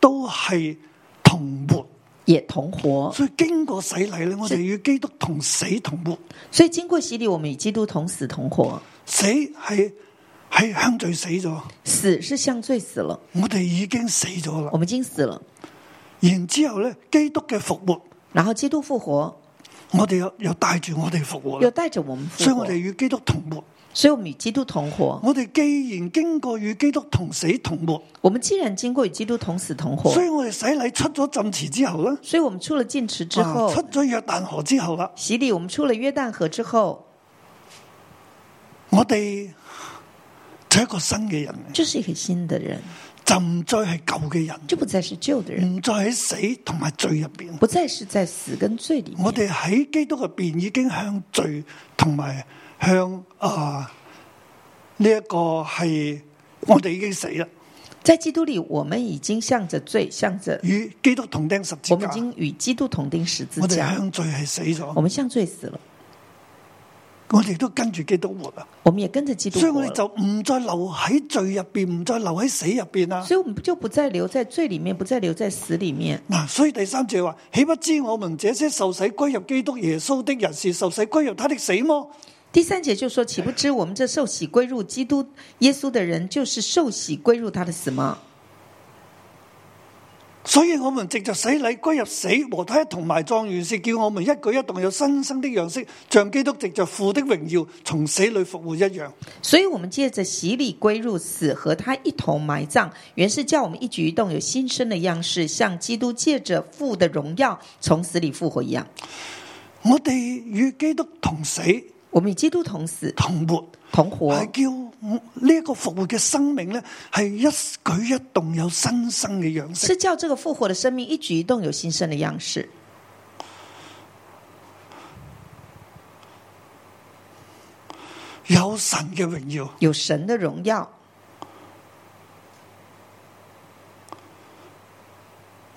[SPEAKER 2] 都係同活。
[SPEAKER 3] 也同活。
[SPEAKER 2] 所以經過洗禮咧，我哋與基督同死同活。
[SPEAKER 3] 所以经过洗礼，我们与基督同死同活。
[SPEAKER 2] 死係係向罪死咗，
[SPEAKER 3] 死是像罪死了，
[SPEAKER 2] 我哋已經死咗啦
[SPEAKER 3] 我。们已经死了，
[SPEAKER 2] 然之后咧，基督嘅復活，
[SPEAKER 3] 然后基督复活，
[SPEAKER 2] 我哋又又带住我哋復活啦
[SPEAKER 3] 又。带着我们
[SPEAKER 2] 所以
[SPEAKER 3] 复活
[SPEAKER 2] 我哋，與基督同活。
[SPEAKER 3] 所以我们与基督同活。
[SPEAKER 2] 我哋既然經過與基督同死同活，
[SPEAKER 3] 我们既然經過與基督同死同活，
[SPEAKER 2] 所以我哋洗禮出咗浸池之後咧，
[SPEAKER 3] 所以我們出了禁池之
[SPEAKER 2] 啊
[SPEAKER 3] 後，
[SPEAKER 2] 出咗約旦河之啊後啦，
[SPEAKER 3] 洗禮我們出了約旦河之後，
[SPEAKER 2] 我哋就一個新嘅人，
[SPEAKER 3] 就是一個新的人，
[SPEAKER 2] 就唔再係舊嘅人，
[SPEAKER 3] 就不再是舊的人，
[SPEAKER 2] 唔再喺死同埋罪入边。
[SPEAKER 3] 不再是在死跟罪里面。
[SPEAKER 2] 我哋喺基督入边已經向罪同埋向啊呢一個係我哋已經死啦，
[SPEAKER 3] 在基督里，我們已經向着罪，向着
[SPEAKER 2] 與基督同釘十字
[SPEAKER 3] 我們
[SPEAKER 2] 架
[SPEAKER 3] 已。經與基督同釘十字
[SPEAKER 2] 我哋
[SPEAKER 3] 架，
[SPEAKER 2] 向罪係死
[SPEAKER 3] 我
[SPEAKER 2] 咗，
[SPEAKER 3] 們向罪死了，
[SPEAKER 2] 我哋都跟住基督活啦，
[SPEAKER 3] 我們也跟着基督
[SPEAKER 2] 所以
[SPEAKER 3] 活
[SPEAKER 2] 我哋
[SPEAKER 3] 了。
[SPEAKER 2] 就唔再留喺罪入边，唔再留喺死入边啦。
[SPEAKER 3] 所以我們就不再留在罪里面，不再留在死里面。
[SPEAKER 2] 嗱，所以第三節話：岂不知我們這些受洗歸入基督耶穌的人，是受洗歸入他的死麼？
[SPEAKER 3] 第三节就说：“岂不知我们这受洗归入基督耶稣的人，就是受洗归入他的死吗？”
[SPEAKER 2] 所以我們藉着洗禮歸入死，和他一同埋葬，原是叫我們一舉一動有新生的樣式，像基督藉着父的榮耀從死裏復活一樣。
[SPEAKER 3] 所以，我们借着洗礼归入死，和他一同埋葬，原是叫我们一举一动有新生的样式，像基督借着父的荣耀从死里复活一样。
[SPEAKER 2] 我哋與基督同死
[SPEAKER 3] 我们与基督同死
[SPEAKER 2] 同活，
[SPEAKER 3] 同活
[SPEAKER 2] 係，叫呢一個復活嘅生命呢，係一舉一動有新生嘅樣式。
[SPEAKER 3] 是叫这个复活的生命一举一动有新生的样式。
[SPEAKER 2] 有神嘅榮耀，
[SPEAKER 3] 有神的荣耀，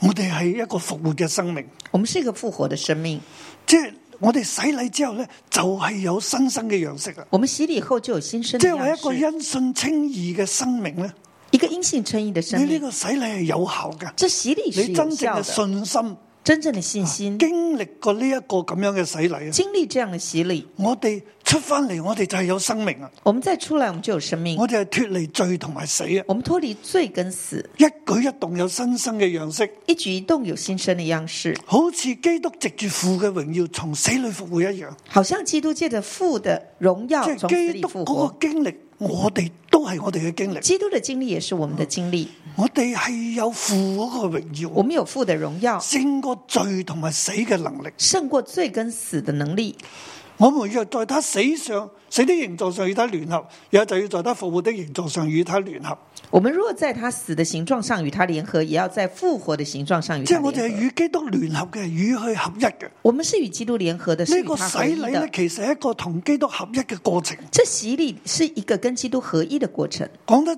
[SPEAKER 2] 我哋係一個復活嘅生命。
[SPEAKER 3] 我们是一个复活的生命。
[SPEAKER 2] 即系我哋洗禮之後咧，就係有新生嘅樣式啦。
[SPEAKER 3] 我们洗礼后就有新生
[SPEAKER 2] 即
[SPEAKER 3] 的
[SPEAKER 2] 係話
[SPEAKER 3] 样
[SPEAKER 2] 一個
[SPEAKER 3] 式，
[SPEAKER 2] 因信稱義嘅生命咧，
[SPEAKER 3] 一个因信称义的生
[SPEAKER 2] 你呢
[SPEAKER 3] 命。
[SPEAKER 2] 個洗禮係有效嘅，
[SPEAKER 3] 这洗礼是
[SPEAKER 2] 你
[SPEAKER 3] 有
[SPEAKER 2] 真正
[SPEAKER 3] 效
[SPEAKER 2] 嘅
[SPEAKER 3] 的，
[SPEAKER 2] 信心啊
[SPEAKER 3] 真正的信心，
[SPEAKER 2] 經歷過呢一個咁樣嘅洗禮啊，
[SPEAKER 3] 经历这样的洗礼，
[SPEAKER 2] 我哋出翻嚟，我哋就係有生命啊！
[SPEAKER 3] 我们再出来，我们就有生命，
[SPEAKER 2] 我哋係脱離罪同埋死啊！
[SPEAKER 3] 我们脱离罪跟死，
[SPEAKER 2] 一舉一動有新生嘅樣式，
[SPEAKER 3] 一举一动有新生的样式，
[SPEAKER 2] 好似基督藉住父嘅榮耀從死裏復活一樣。
[SPEAKER 3] 好像基督借着父的榮耀
[SPEAKER 2] 即
[SPEAKER 3] 从啊死
[SPEAKER 2] 係基
[SPEAKER 3] 里
[SPEAKER 2] 督嗰
[SPEAKER 3] 复活
[SPEAKER 2] 個。經歷，我哋都係我哋嘅經歷。
[SPEAKER 3] 基督的经历也是我们的经历，
[SPEAKER 2] 我哋係有父嗰個榮
[SPEAKER 3] 我
[SPEAKER 2] 耀，
[SPEAKER 3] 们有父的榮耀，
[SPEAKER 2] 勝過罪同埋死嘅能力。
[SPEAKER 3] 胜过罪跟死的能力。
[SPEAKER 2] 我們若在他死上死的形狀上與他聯合，也就要在他復活的形狀上與他聯合。
[SPEAKER 3] 我们若在他死的形状上与他联合，也要在复活的形状上与
[SPEAKER 2] 即
[SPEAKER 3] 他
[SPEAKER 2] 係我哋係
[SPEAKER 3] 联合。
[SPEAKER 2] 與基督聯合嘅，與佢合一嘅。
[SPEAKER 3] 我们是与基督联合的，是
[SPEAKER 2] 呢
[SPEAKER 3] 与
[SPEAKER 2] 個
[SPEAKER 3] 他
[SPEAKER 2] 洗
[SPEAKER 3] 合一
[SPEAKER 2] 禮咧
[SPEAKER 3] 的，。
[SPEAKER 2] 其實係一個同基督合一嘅過程。
[SPEAKER 3] 这洗礼是一个跟基督合一的过程。
[SPEAKER 2] 講得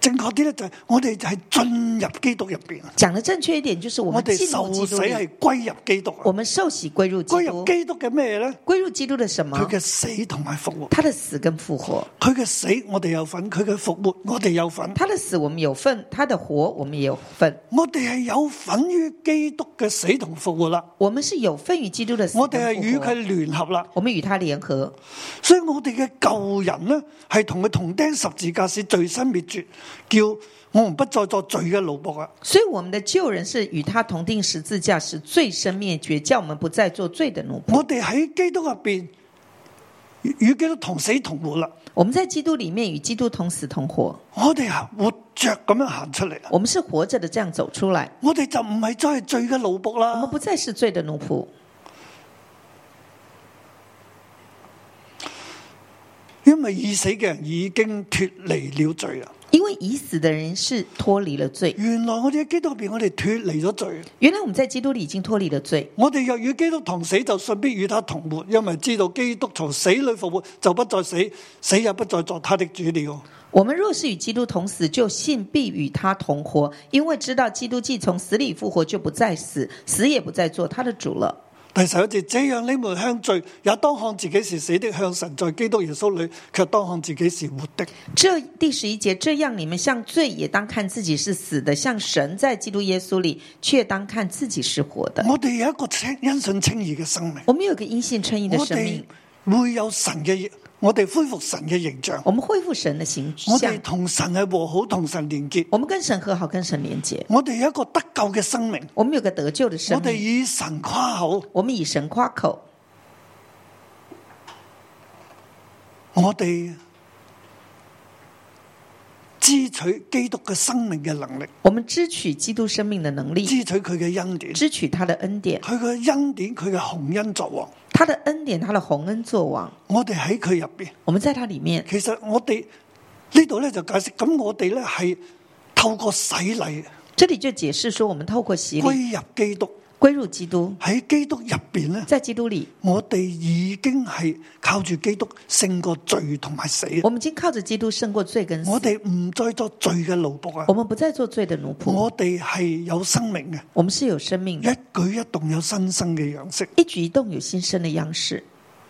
[SPEAKER 2] 正確啲咧，就係我哋就係進入基督入边，
[SPEAKER 3] 讲的正确一点，就是我
[SPEAKER 2] 我
[SPEAKER 3] 们
[SPEAKER 2] 哋
[SPEAKER 3] 进入
[SPEAKER 2] 受
[SPEAKER 3] 基
[SPEAKER 2] 洗
[SPEAKER 3] 督里，
[SPEAKER 2] 係歸入基督啊。
[SPEAKER 3] 我们受洗归入基
[SPEAKER 2] 歸入
[SPEAKER 3] 督，啊
[SPEAKER 2] 基督嘅咩咧？
[SPEAKER 3] 归入基督的什么
[SPEAKER 2] 佢？嘅死同埋復活，
[SPEAKER 3] 他的死跟复活，
[SPEAKER 2] 佢嘅死我哋有份，佢嘅復活我哋有份，
[SPEAKER 3] 他的死我们有份，他的活我们也有份。
[SPEAKER 2] 我哋係有份於基督嘅死同復活啦。
[SPEAKER 3] 我们是有份与基督的死
[SPEAKER 2] 我
[SPEAKER 3] 跟
[SPEAKER 2] 哋係與
[SPEAKER 3] 复
[SPEAKER 2] 佢
[SPEAKER 3] 活，
[SPEAKER 2] 聯合啦，
[SPEAKER 3] 我们与他联合，
[SPEAKER 2] 所以我哋嘅舊人呢，係同佢同釘十字架，使罪身滅絕，叫我們不再作罪嘅奴仆啊！
[SPEAKER 3] 所以我们的旧人是与他同定十字架，使罪身灭绝，叫我们不再做罪的奴仆。
[SPEAKER 2] 我哋喺基督入边與與基督同死同活啦，
[SPEAKER 3] 我们在基督里面与基督同死同活，
[SPEAKER 2] 我哋係活着咁樣行出嚟啦，啊
[SPEAKER 3] 我们是活着的，这样走出来，
[SPEAKER 2] 我哋就唔係再係罪嘅奴仆
[SPEAKER 3] 我们
[SPEAKER 2] 啦。
[SPEAKER 3] 不再是罪的奴仆。
[SPEAKER 2] 因為已死嘅人已經脱離了罪啦。
[SPEAKER 3] 因为已死的人是脱离了罪，
[SPEAKER 2] 原來我哋喺基督入边，我哋脱離咗罪。啊
[SPEAKER 3] 原来我们在基督里已经脱离了罪。
[SPEAKER 2] 我哋若與基督同死，就信必與他同活，因為知道基督從死裏復活，就不再死，死也不再作他的主了。
[SPEAKER 3] 我们若是与基督同死，就信必与他同活，因为知道基督既从死里复活，就不再死，死也不再做他的主了。
[SPEAKER 2] 第十一節，這樣你們向罪也當看自己是死的，向神在基督耶穌裏卻當看自己是活的。
[SPEAKER 3] 这第十一节，这样你们像罪也当看自己是死的，像神在基督耶稣里却当看自己是活的。
[SPEAKER 2] 我哋有一個清因信稱義嘅生命，
[SPEAKER 3] 我们有一个因信称义的
[SPEAKER 2] 我
[SPEAKER 3] 生
[SPEAKER 2] 哋
[SPEAKER 3] 命，
[SPEAKER 2] 會有神嘅，我哋恢復神嘅形象，
[SPEAKER 3] 我们恢复神的形
[SPEAKER 2] 我
[SPEAKER 3] 象
[SPEAKER 2] 哋，同神係和好，同神連結。
[SPEAKER 3] 我们跟神和好，跟神连结，
[SPEAKER 2] 我哋有一個得救嘅生命，
[SPEAKER 3] 我们有个得救的
[SPEAKER 2] 我
[SPEAKER 3] 生
[SPEAKER 2] 哋
[SPEAKER 3] 命，
[SPEAKER 2] 以神誇口，
[SPEAKER 3] 我们以神夸口，
[SPEAKER 2] 我哋支取基督嘅生命嘅能力，
[SPEAKER 3] 我们支取基督生命的能力，
[SPEAKER 2] 支取佢嘅恩典，
[SPEAKER 3] 支取他的恩典，
[SPEAKER 2] 佢嘅恩典，佢嘅洪恩作王。
[SPEAKER 3] 他的恩典，他的洪恩作王。
[SPEAKER 2] 我哋喺佢入边，
[SPEAKER 3] 我们在他里面，
[SPEAKER 2] 其實我哋呢度咧就解釋，咁我哋咧係透過洗禮
[SPEAKER 3] 这里就解释说，我们透过洗礼
[SPEAKER 2] 歸入基督，
[SPEAKER 3] 归入基督，
[SPEAKER 2] 喺基督入边咧，
[SPEAKER 3] 在基督里，
[SPEAKER 2] 我哋已經係靠住基督勝過罪同埋死。
[SPEAKER 3] 我们已经靠着基督胜过罪跟死
[SPEAKER 2] 我。哋唔再作罪嘅奴仆啊
[SPEAKER 3] 我！们不再做罪的奴仆，
[SPEAKER 2] 我哋係有生命嘅。
[SPEAKER 3] 我们是有生命的，
[SPEAKER 2] 一舉一動有新生嘅樣式，
[SPEAKER 3] 一举一动有新生的样式。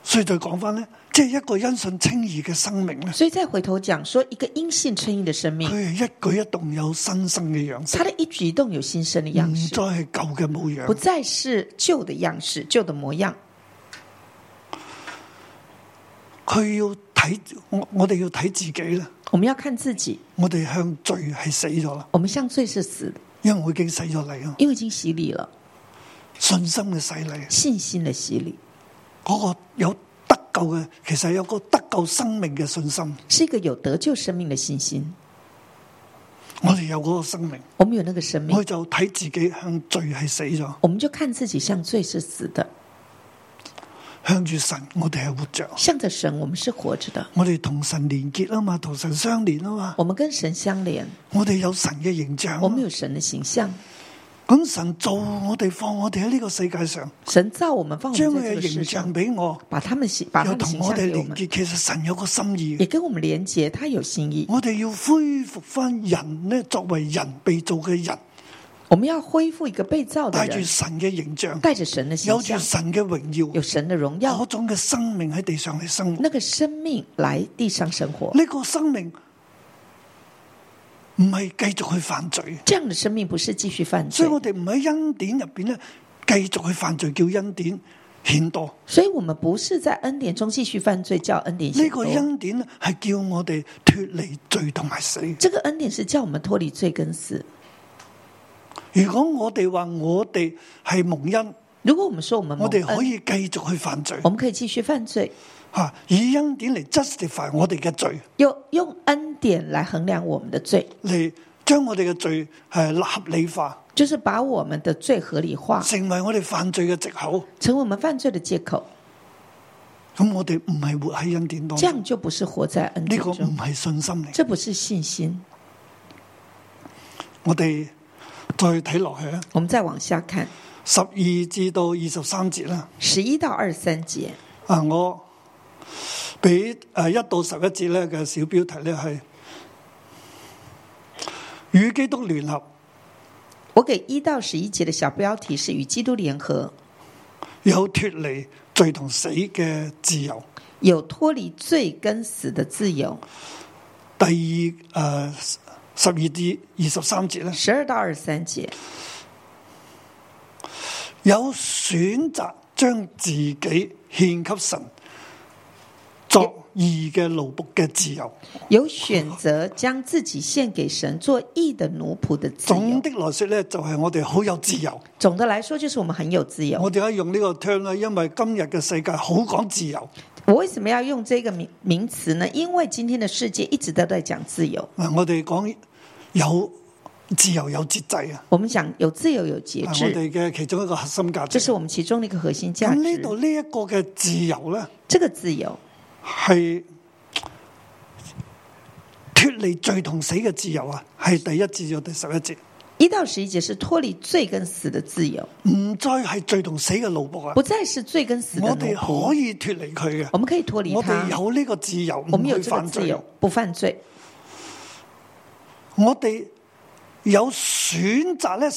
[SPEAKER 2] 所以再講翻呢，即係一個因信稱義嘅生命咧，
[SPEAKER 3] 所以再回头讲说，一个因信称义的生
[SPEAKER 2] 佢
[SPEAKER 3] 命，
[SPEAKER 2] 係一舉一動有新生嘅樣式，
[SPEAKER 3] 他的一举一动有新生的
[SPEAKER 2] 唔
[SPEAKER 3] 样式
[SPEAKER 2] 再，係舊嘅模
[SPEAKER 3] 不
[SPEAKER 2] 樣。
[SPEAKER 3] 再是旧的样式、旧的模样。
[SPEAKER 2] 佢要睇我，我哋要睇自己啦。
[SPEAKER 3] 我们要看自己，
[SPEAKER 2] 我哋向罪係死咗啦，
[SPEAKER 3] 我们像罪是死的，
[SPEAKER 2] 因為我已經死咗嚟啊，
[SPEAKER 3] 因为已经洗礼了，
[SPEAKER 2] 信心嘅洗禮，
[SPEAKER 3] 信心的洗礼
[SPEAKER 2] 嗰、個有得救嘅，其實有個得救生命嘅信心，
[SPEAKER 3] 是一个有得救生命的信心。
[SPEAKER 2] 我哋有嗰個生命，
[SPEAKER 3] 我们有那个生
[SPEAKER 2] 我
[SPEAKER 3] 命，
[SPEAKER 2] 就睇自己向罪係死咗，
[SPEAKER 3] 我们就看自己像罪是死的，
[SPEAKER 2] 向住神我哋係活着，
[SPEAKER 3] 向着神，我们是活着的，
[SPEAKER 2] 我哋同神連結啊嘛，同神相連啊嘛。
[SPEAKER 3] 我们跟神相连，
[SPEAKER 2] 我哋有神嘅形象啊
[SPEAKER 3] 我，们有神的形象。
[SPEAKER 2] 咁神做我哋放我哋喺呢個世界上，
[SPEAKER 3] 神造我们，放我
[SPEAKER 2] 將
[SPEAKER 3] 们
[SPEAKER 2] 佢
[SPEAKER 3] 在这
[SPEAKER 2] 嘅
[SPEAKER 3] 个世
[SPEAKER 2] 形象
[SPEAKER 3] 上，
[SPEAKER 2] 俾我，
[SPEAKER 3] 把他们形把他
[SPEAKER 2] 又
[SPEAKER 3] 们
[SPEAKER 2] 同
[SPEAKER 3] 形
[SPEAKER 2] 我
[SPEAKER 3] 象
[SPEAKER 2] 哋
[SPEAKER 3] 给我
[SPEAKER 2] 連
[SPEAKER 3] 们，
[SPEAKER 2] 結。其實神有個心
[SPEAKER 3] 也
[SPEAKER 2] 意，
[SPEAKER 3] 跟我们连接，他有心意。
[SPEAKER 2] 我哋要恢復翻人呢，作為人被造嘅人，
[SPEAKER 3] 我们要恢复一个被造的
[SPEAKER 2] 帶住
[SPEAKER 3] 人，
[SPEAKER 2] 神嘅形象，
[SPEAKER 3] 带着神的形
[SPEAKER 2] 有住
[SPEAKER 3] 象，
[SPEAKER 2] 神嘅榮
[SPEAKER 3] 有
[SPEAKER 2] 耀，
[SPEAKER 3] 神的荣
[SPEAKER 2] 嗰
[SPEAKER 3] 耀，
[SPEAKER 2] 種嘅生命喺地上嚟生活。
[SPEAKER 3] 那个生命来地上生活。
[SPEAKER 2] 呢個生命唔係繼續去犯罪，
[SPEAKER 3] 这样的生命不是继续犯
[SPEAKER 2] 所
[SPEAKER 3] 罪
[SPEAKER 2] 以，我哋唔喺恩典入边呢，繼續去犯罪，叫恩典顯多。
[SPEAKER 3] 所以我们不是在恩典中继续犯罪，叫恩典
[SPEAKER 2] 呢、
[SPEAKER 3] 显
[SPEAKER 2] 個
[SPEAKER 3] 多。
[SPEAKER 2] 恩典咧係叫我哋脱離罪同埋死。
[SPEAKER 3] 这个恩典是叫我们脱离罪跟死。
[SPEAKER 2] 如果我哋話我哋係蒙恩，
[SPEAKER 3] 如果我们说我们蒙
[SPEAKER 2] 我哋可
[SPEAKER 3] 恩，
[SPEAKER 2] 以繼續去犯罪
[SPEAKER 3] 我，们可以继续犯罪，
[SPEAKER 2] 吓以恩典嚟 justify 我哋嘅罪，
[SPEAKER 3] 用用恩典来衡量我们的罪，
[SPEAKER 2] 嚟將我哋嘅罪係合理化，
[SPEAKER 3] 就是把我们的罪合理化，
[SPEAKER 2] 成為我哋犯罪嘅藉口。
[SPEAKER 3] 成为我们犯罪的借口。
[SPEAKER 2] 咁我哋唔係活喺恩典當
[SPEAKER 3] 这
[SPEAKER 2] 中，
[SPEAKER 3] 样就不是活在恩
[SPEAKER 2] 呢
[SPEAKER 3] 典
[SPEAKER 2] 個
[SPEAKER 3] 中
[SPEAKER 2] 唔，係信心嚟。
[SPEAKER 3] 这不是信心。
[SPEAKER 2] 我哋再睇落去啊，
[SPEAKER 3] 我们再往下看
[SPEAKER 2] 十二至到二十三節啦。
[SPEAKER 3] 十一到二三节，
[SPEAKER 2] 啊，我俾誒一到十一節咧嘅小標題咧係與基督聯合，
[SPEAKER 3] 我给一到十一节的小标题是“与基督联合，
[SPEAKER 2] 有脱離罪同死嘅自由。
[SPEAKER 3] 有脱离罪跟死的自由
[SPEAKER 2] 第二誒、呃十二至二十三節”。咧，
[SPEAKER 3] 十二到二三节，
[SPEAKER 2] 有選擇將自己獻給神作義嘅奴僕嘅自由。
[SPEAKER 3] 有选择将自己献给神做义的奴仆的自由
[SPEAKER 2] 總。的來說咧，就係、我哋好有自由。
[SPEAKER 3] 总的来说，就是我们很有自由。
[SPEAKER 2] 我點解用呢個 term 咧？因為今日嘅世界好講自由。
[SPEAKER 3] 我为什么要用这个名名词呢？因为今天的世界一直都在讲自由，
[SPEAKER 2] 嗱，啊我哋講有自由有節制啊，
[SPEAKER 3] 我们讲有自由有节
[SPEAKER 2] 係啊我
[SPEAKER 3] 制，
[SPEAKER 2] 哋嘅其中一個核心價
[SPEAKER 3] 这
[SPEAKER 2] 值
[SPEAKER 3] 是。我们其中的一个核心价
[SPEAKER 2] 咁呢
[SPEAKER 3] 值。
[SPEAKER 2] 度呢一個嘅自由咧，
[SPEAKER 3] 这个自由
[SPEAKER 2] 係脱離罪同死嘅自由啊，係第一節到第十一節，
[SPEAKER 3] 一到十一节是脱离罪跟死的自由，
[SPEAKER 2] 唔再係罪同死嘅奴僕啊
[SPEAKER 3] 不，再是罪跟死的
[SPEAKER 2] 我
[SPEAKER 3] 奴
[SPEAKER 2] 哋
[SPEAKER 3] 仆。
[SPEAKER 2] 可以脱離佢嘅，
[SPEAKER 3] 我们可以脱离
[SPEAKER 2] 我
[SPEAKER 3] 它
[SPEAKER 2] 哋，有呢個自由，
[SPEAKER 3] 我
[SPEAKER 2] 唔
[SPEAKER 3] 们有
[SPEAKER 2] 去
[SPEAKER 3] 这个
[SPEAKER 2] 犯
[SPEAKER 3] 自
[SPEAKER 2] 罪啊
[SPEAKER 3] 由，，不犯罪。
[SPEAKER 2] 我哋有選擇咧。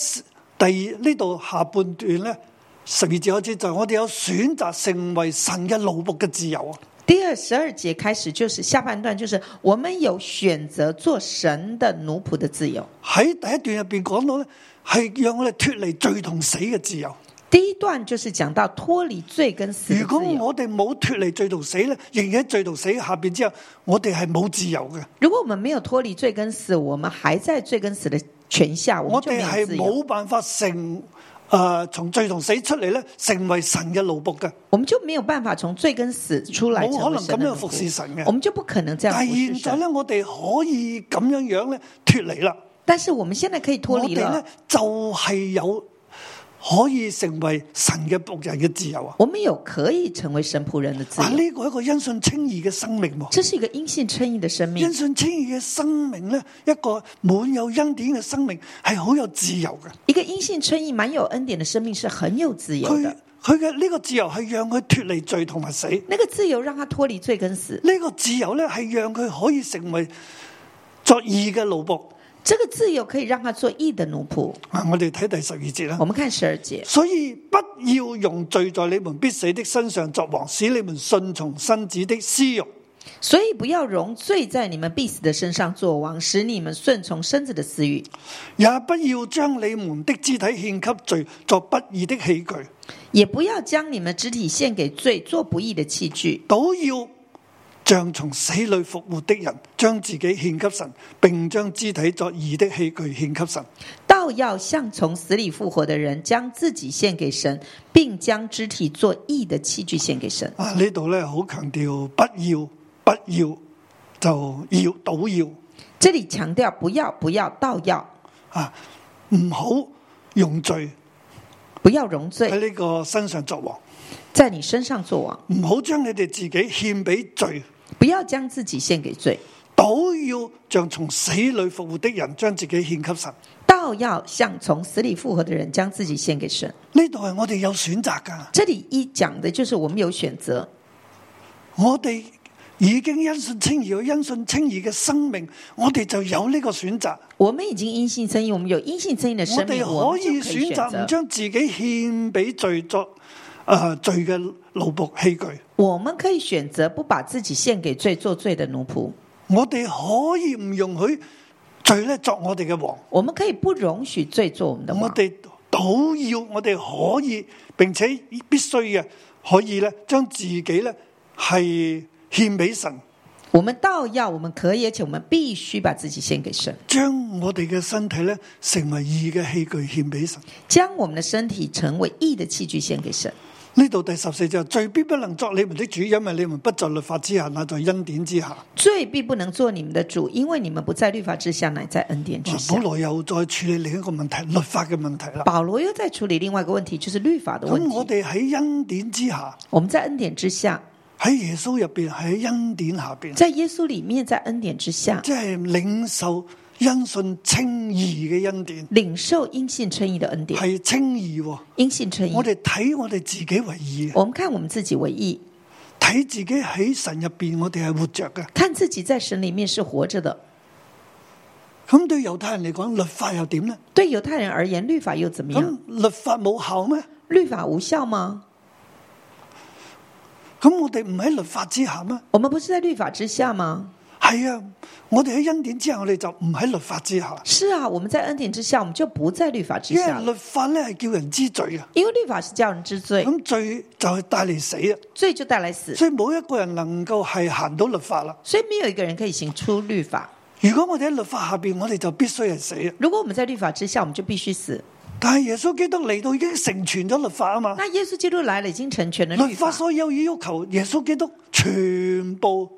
[SPEAKER 2] 第二呢度下半段咧，十二節開始就係我哋有選擇成為神嘅奴僕嘅自由啊。
[SPEAKER 3] 第二十二节开始就是下半段，就是我们有选择做神的奴仆的自由。
[SPEAKER 2] 喺第一段入边講到咧，係讓我哋脱離罪同死嘅自由。
[SPEAKER 3] 第一段就是讲到脱离罪跟死
[SPEAKER 2] 如
[SPEAKER 3] 的
[SPEAKER 2] 果
[SPEAKER 3] 自由。
[SPEAKER 2] 我哋冇脱離罪同死咧，仍然喺罪同死下边之後，我哋係冇自由嘅，
[SPEAKER 3] 如果我们没有脱离罪跟死，我们还在罪跟死的权下，我
[SPEAKER 2] 我
[SPEAKER 3] 们就没
[SPEAKER 2] 哋
[SPEAKER 3] 有
[SPEAKER 2] 係
[SPEAKER 3] 自由，
[SPEAKER 2] 冇辦法成诶、呃、从罪同死出嚟咧，成為神嘅奴仆嘅。
[SPEAKER 3] 我们就没有办法从罪跟死出来成
[SPEAKER 2] 冇可
[SPEAKER 3] 为
[SPEAKER 2] 能
[SPEAKER 3] 神
[SPEAKER 2] 咁
[SPEAKER 3] 的
[SPEAKER 2] 樣
[SPEAKER 3] 奴
[SPEAKER 2] 服侍
[SPEAKER 3] 仆。
[SPEAKER 2] 神
[SPEAKER 3] 我
[SPEAKER 2] 嘅。
[SPEAKER 3] 们就不可能这样
[SPEAKER 2] 但
[SPEAKER 3] 服
[SPEAKER 2] 係
[SPEAKER 3] 侍
[SPEAKER 2] 現在
[SPEAKER 3] 神。
[SPEAKER 2] 咧，我哋可以咁樣樣咧脱離啦。
[SPEAKER 3] 但是我们现在可以脱
[SPEAKER 2] 我
[SPEAKER 3] 离
[SPEAKER 2] 哋
[SPEAKER 3] 了
[SPEAKER 2] 咧，就係有可以成為神嘅仆人嘅自由啊！
[SPEAKER 3] 我们有可以成为神仆人的自
[SPEAKER 2] 啊，
[SPEAKER 3] 由。
[SPEAKER 2] 呢個一個因信稱義嘅生命喎。
[SPEAKER 3] 这是一个因信称义的生命
[SPEAKER 2] 因。信稱義嘅生命咧，一個滿有恩典嘅生命係好有自由嘅。
[SPEAKER 3] 一个因信称义、满有恩典的生命是很有自由
[SPEAKER 2] 佢
[SPEAKER 3] 的。
[SPEAKER 2] 佢嘅呢個自由係讓佢脱離罪同埋死，呢、
[SPEAKER 3] 那个自由让他脱离罪跟死，
[SPEAKER 2] 個自由咧係讓佢可以成為作義嘅奴仆。
[SPEAKER 3] 这个自由可以让他做义的奴仆。
[SPEAKER 2] 啊，我哋睇第十二節啦
[SPEAKER 3] 我。们看十二节，
[SPEAKER 2] 所以不要用罪在你們必死的身上作王，使你們順從身子的私欲。
[SPEAKER 3] 所以不要容罪在你们必死的身上作王，使你们顺从身子的私欲，
[SPEAKER 2] 也不要將你們的肢體獻給罪，作不義的器具，
[SPEAKER 3] 也不要将你们肢体献给罪，做不义的器具，
[SPEAKER 2] 倒要像從死裏復活的人，將自己獻給神，並將肢體作義的器具獻給神。
[SPEAKER 3] 倒要像从死里复活的人，将自己献给神，并将肢体做义的器具献给神。
[SPEAKER 2] 啊，呢度咧好強調不要，不要就要倒要
[SPEAKER 3] 这里强调不要，不要，倒要，
[SPEAKER 2] 啊，唔好用罪
[SPEAKER 3] 不要容罪
[SPEAKER 2] 喺呢個身上作王，
[SPEAKER 3] 在你身上作王，
[SPEAKER 2] 唔好將你哋自己獻俾罪。
[SPEAKER 3] 不要将自己献给罪，
[SPEAKER 2] 倒要像從死裏復活的人，將自己獻給神。
[SPEAKER 3] 倒要像从死里复活的人，将自己献给神。
[SPEAKER 2] 呢度係我哋有選擇噶，
[SPEAKER 3] 这里一讲的就是我们有选择，
[SPEAKER 2] 我哋已經因信稱義，有因信稱義嘅生命，我哋就有呢個選擇。
[SPEAKER 3] 我们已经因信称义，我们有因信称义的
[SPEAKER 2] 我
[SPEAKER 3] 生
[SPEAKER 2] 哋
[SPEAKER 3] 命，
[SPEAKER 2] 可
[SPEAKER 3] 我
[SPEAKER 2] 以
[SPEAKER 3] 们就可以
[SPEAKER 2] 選
[SPEAKER 3] 选
[SPEAKER 2] 擇唔
[SPEAKER 3] 择。
[SPEAKER 2] 將自己獻俾罪作诶、呃罪嘅奴仆器具。
[SPEAKER 3] 我们可以选择不把自己献给罪，做罪的奴仆。
[SPEAKER 2] 我哋可以唔容許罪咧作我哋嘅王，
[SPEAKER 3] 我们可以不容许罪做我们的
[SPEAKER 2] 我
[SPEAKER 3] 王，
[SPEAKER 2] 哋都要我哋可以，並且必須嘅，可以咧將自己咧係獻俾神，
[SPEAKER 3] 我们倒要，我们可以，而且我们必须把自己献给神，
[SPEAKER 2] 將我哋嘅身體咧成為義嘅器具獻俾神。
[SPEAKER 3] 将我们的身体成为义的器具献给神。
[SPEAKER 2] 呢度第十四節，罪必不能作你們的主，因為你們不在律法之下，乃在恩典之下。
[SPEAKER 3] 罪必不能做你们的主，因为你们不在律法之下，乃在恩典之
[SPEAKER 2] 嗱，
[SPEAKER 3] 下
[SPEAKER 2] 啊保。羅又再處理另一個問題，律法嘅問題啦。
[SPEAKER 3] 保罗又在处理另外一个问题，就是律法的问
[SPEAKER 2] 咁我
[SPEAKER 3] 题。
[SPEAKER 2] 哋喺恩典之下，
[SPEAKER 3] 我们在恩典之下，
[SPEAKER 2] 喺耶穌入边，喺恩典下边，
[SPEAKER 3] 在耶稣里面，在恩典之下，
[SPEAKER 2] 即係領受因信稱義嘅恩典，
[SPEAKER 3] 领受因信称义的恩典。
[SPEAKER 2] 係稱義喎。
[SPEAKER 3] 因信称义
[SPEAKER 2] 我，哋睇我哋自己為義，
[SPEAKER 3] 我们看我们自己为义，
[SPEAKER 2] 睇自己喺神入边，我哋係活着嘅。
[SPEAKER 3] 看自己在神里面是活着的。
[SPEAKER 2] 咁對猶太人嚟講，律法又點呢？
[SPEAKER 3] 对犹太人而言，律法又怎么样
[SPEAKER 2] 咁？律法冇效咩？
[SPEAKER 3] 律法无效吗？
[SPEAKER 2] 咁我哋唔喺律法之下咩？
[SPEAKER 3] 我们不是在律法之下吗？
[SPEAKER 2] 係啊，我哋喺恩典之下，我哋就唔喺律法之下，
[SPEAKER 3] 是啊，我们在恩典之下，我们就不在律法之
[SPEAKER 2] 因
[SPEAKER 3] 下
[SPEAKER 2] 為
[SPEAKER 3] 了。
[SPEAKER 2] 律法咧係叫人知罪啊。
[SPEAKER 3] 因为律法是叫人之罪，
[SPEAKER 2] 咁罪就係帶嚟死啊，
[SPEAKER 3] 罪就带来死，
[SPEAKER 2] 所以冇一個人能夠係行到律法啦。
[SPEAKER 3] 所以没有一个人可以行出律法。
[SPEAKER 2] 如果我哋喺律法下边，我哋就必須係死啊。
[SPEAKER 3] 如果我们在律法之下，我们就必须死。
[SPEAKER 2] 但係耶穌基督嚟到已經成全咗律法啊嘛，
[SPEAKER 3] 那耶稣基督来了，已经成全了
[SPEAKER 2] 律
[SPEAKER 3] 律
[SPEAKER 2] 法
[SPEAKER 3] 法。
[SPEAKER 2] 所有嘅要求，耶穌基督全部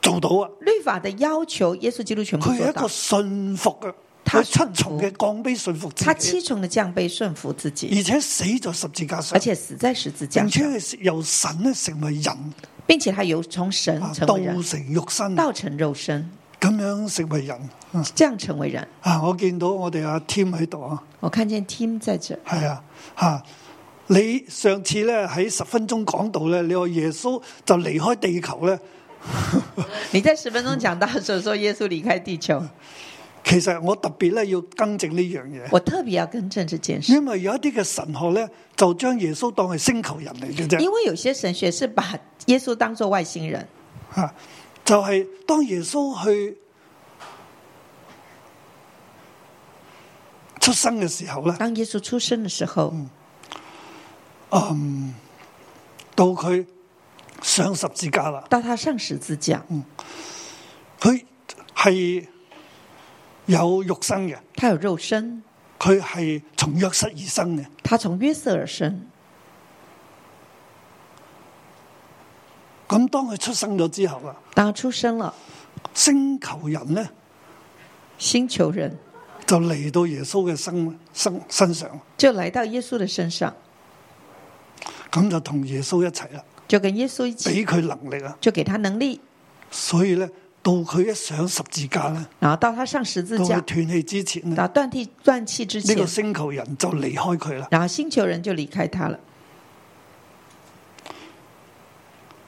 [SPEAKER 2] 做到啊。
[SPEAKER 3] 律法的要求，耶稣基督全部
[SPEAKER 2] 佢係
[SPEAKER 3] 做
[SPEAKER 2] 一個
[SPEAKER 3] 到。
[SPEAKER 2] 信服嘅，
[SPEAKER 3] 他
[SPEAKER 2] 佢七
[SPEAKER 3] 信服
[SPEAKER 2] 重嘅降卑信服自
[SPEAKER 3] 他
[SPEAKER 2] 己，
[SPEAKER 3] 七重的降卑顺服自己，
[SPEAKER 2] 而且死在十字架上
[SPEAKER 3] 而，且死在十字架
[SPEAKER 2] 並且
[SPEAKER 3] 上，
[SPEAKER 2] 係由神咧成為人，
[SPEAKER 3] 并且他由从神
[SPEAKER 2] 啊
[SPEAKER 3] 成
[SPEAKER 2] 道
[SPEAKER 3] 为人，
[SPEAKER 2] 成肉身，
[SPEAKER 3] 道成肉身，
[SPEAKER 2] 咁樣成為人。嗯
[SPEAKER 3] 这样成为人。
[SPEAKER 2] 啊，我見到我哋阿 Tim 喺度啊。
[SPEAKER 3] 我看见 Tim 在这，
[SPEAKER 2] 系啊，吓、你上次咧喺十分鐘講到咧，你話耶穌就離開地球咧，
[SPEAKER 3] 你在十
[SPEAKER 2] 嗯
[SPEAKER 3] 分钟讲到的时候说耶稣离开地球，
[SPEAKER 2] 其實我特別咧要更正呢樣嘢，
[SPEAKER 3] 我特别要更正这件事，
[SPEAKER 2] 因為有一啲嘅神學咧就將耶穌當係星球人嚟嘅啫，
[SPEAKER 3] 因为有些神学是把耶稣当做外星人，
[SPEAKER 2] 吓、啊就係當耶穌去出生嘅時候咧，
[SPEAKER 3] 当耶稣出生的时候，
[SPEAKER 2] 嗯到佢上十字架啦，
[SPEAKER 3] 到他上十字架，
[SPEAKER 2] 嗯佢係有肉身嘅，
[SPEAKER 3] 他有肉身，
[SPEAKER 2] 佢係從約瑟而生嘅。
[SPEAKER 3] 他从约瑟而生。
[SPEAKER 2] 咁當佢出生咗之後啦，
[SPEAKER 3] 当他出生了，
[SPEAKER 2] 星球人咧
[SPEAKER 3] 星球人
[SPEAKER 2] 就嚟到耶穌嘅身身身上，
[SPEAKER 3] 就来到耶稣的身上，
[SPEAKER 2] 咁就同耶穌一齊啦，
[SPEAKER 3] 就跟耶稣一起，
[SPEAKER 2] 俾佢能力啊。
[SPEAKER 3] 就给他能力。
[SPEAKER 2] 所以咧，到佢一上十字架咧，
[SPEAKER 3] 然后到他上十字
[SPEAKER 2] 到佢
[SPEAKER 3] 架，
[SPEAKER 2] 斷氣之前咧，
[SPEAKER 3] 到断气断气之
[SPEAKER 2] 呢
[SPEAKER 3] 前
[SPEAKER 2] 個，星球人就離開佢啦。
[SPEAKER 3] 然后星球人就离开他了。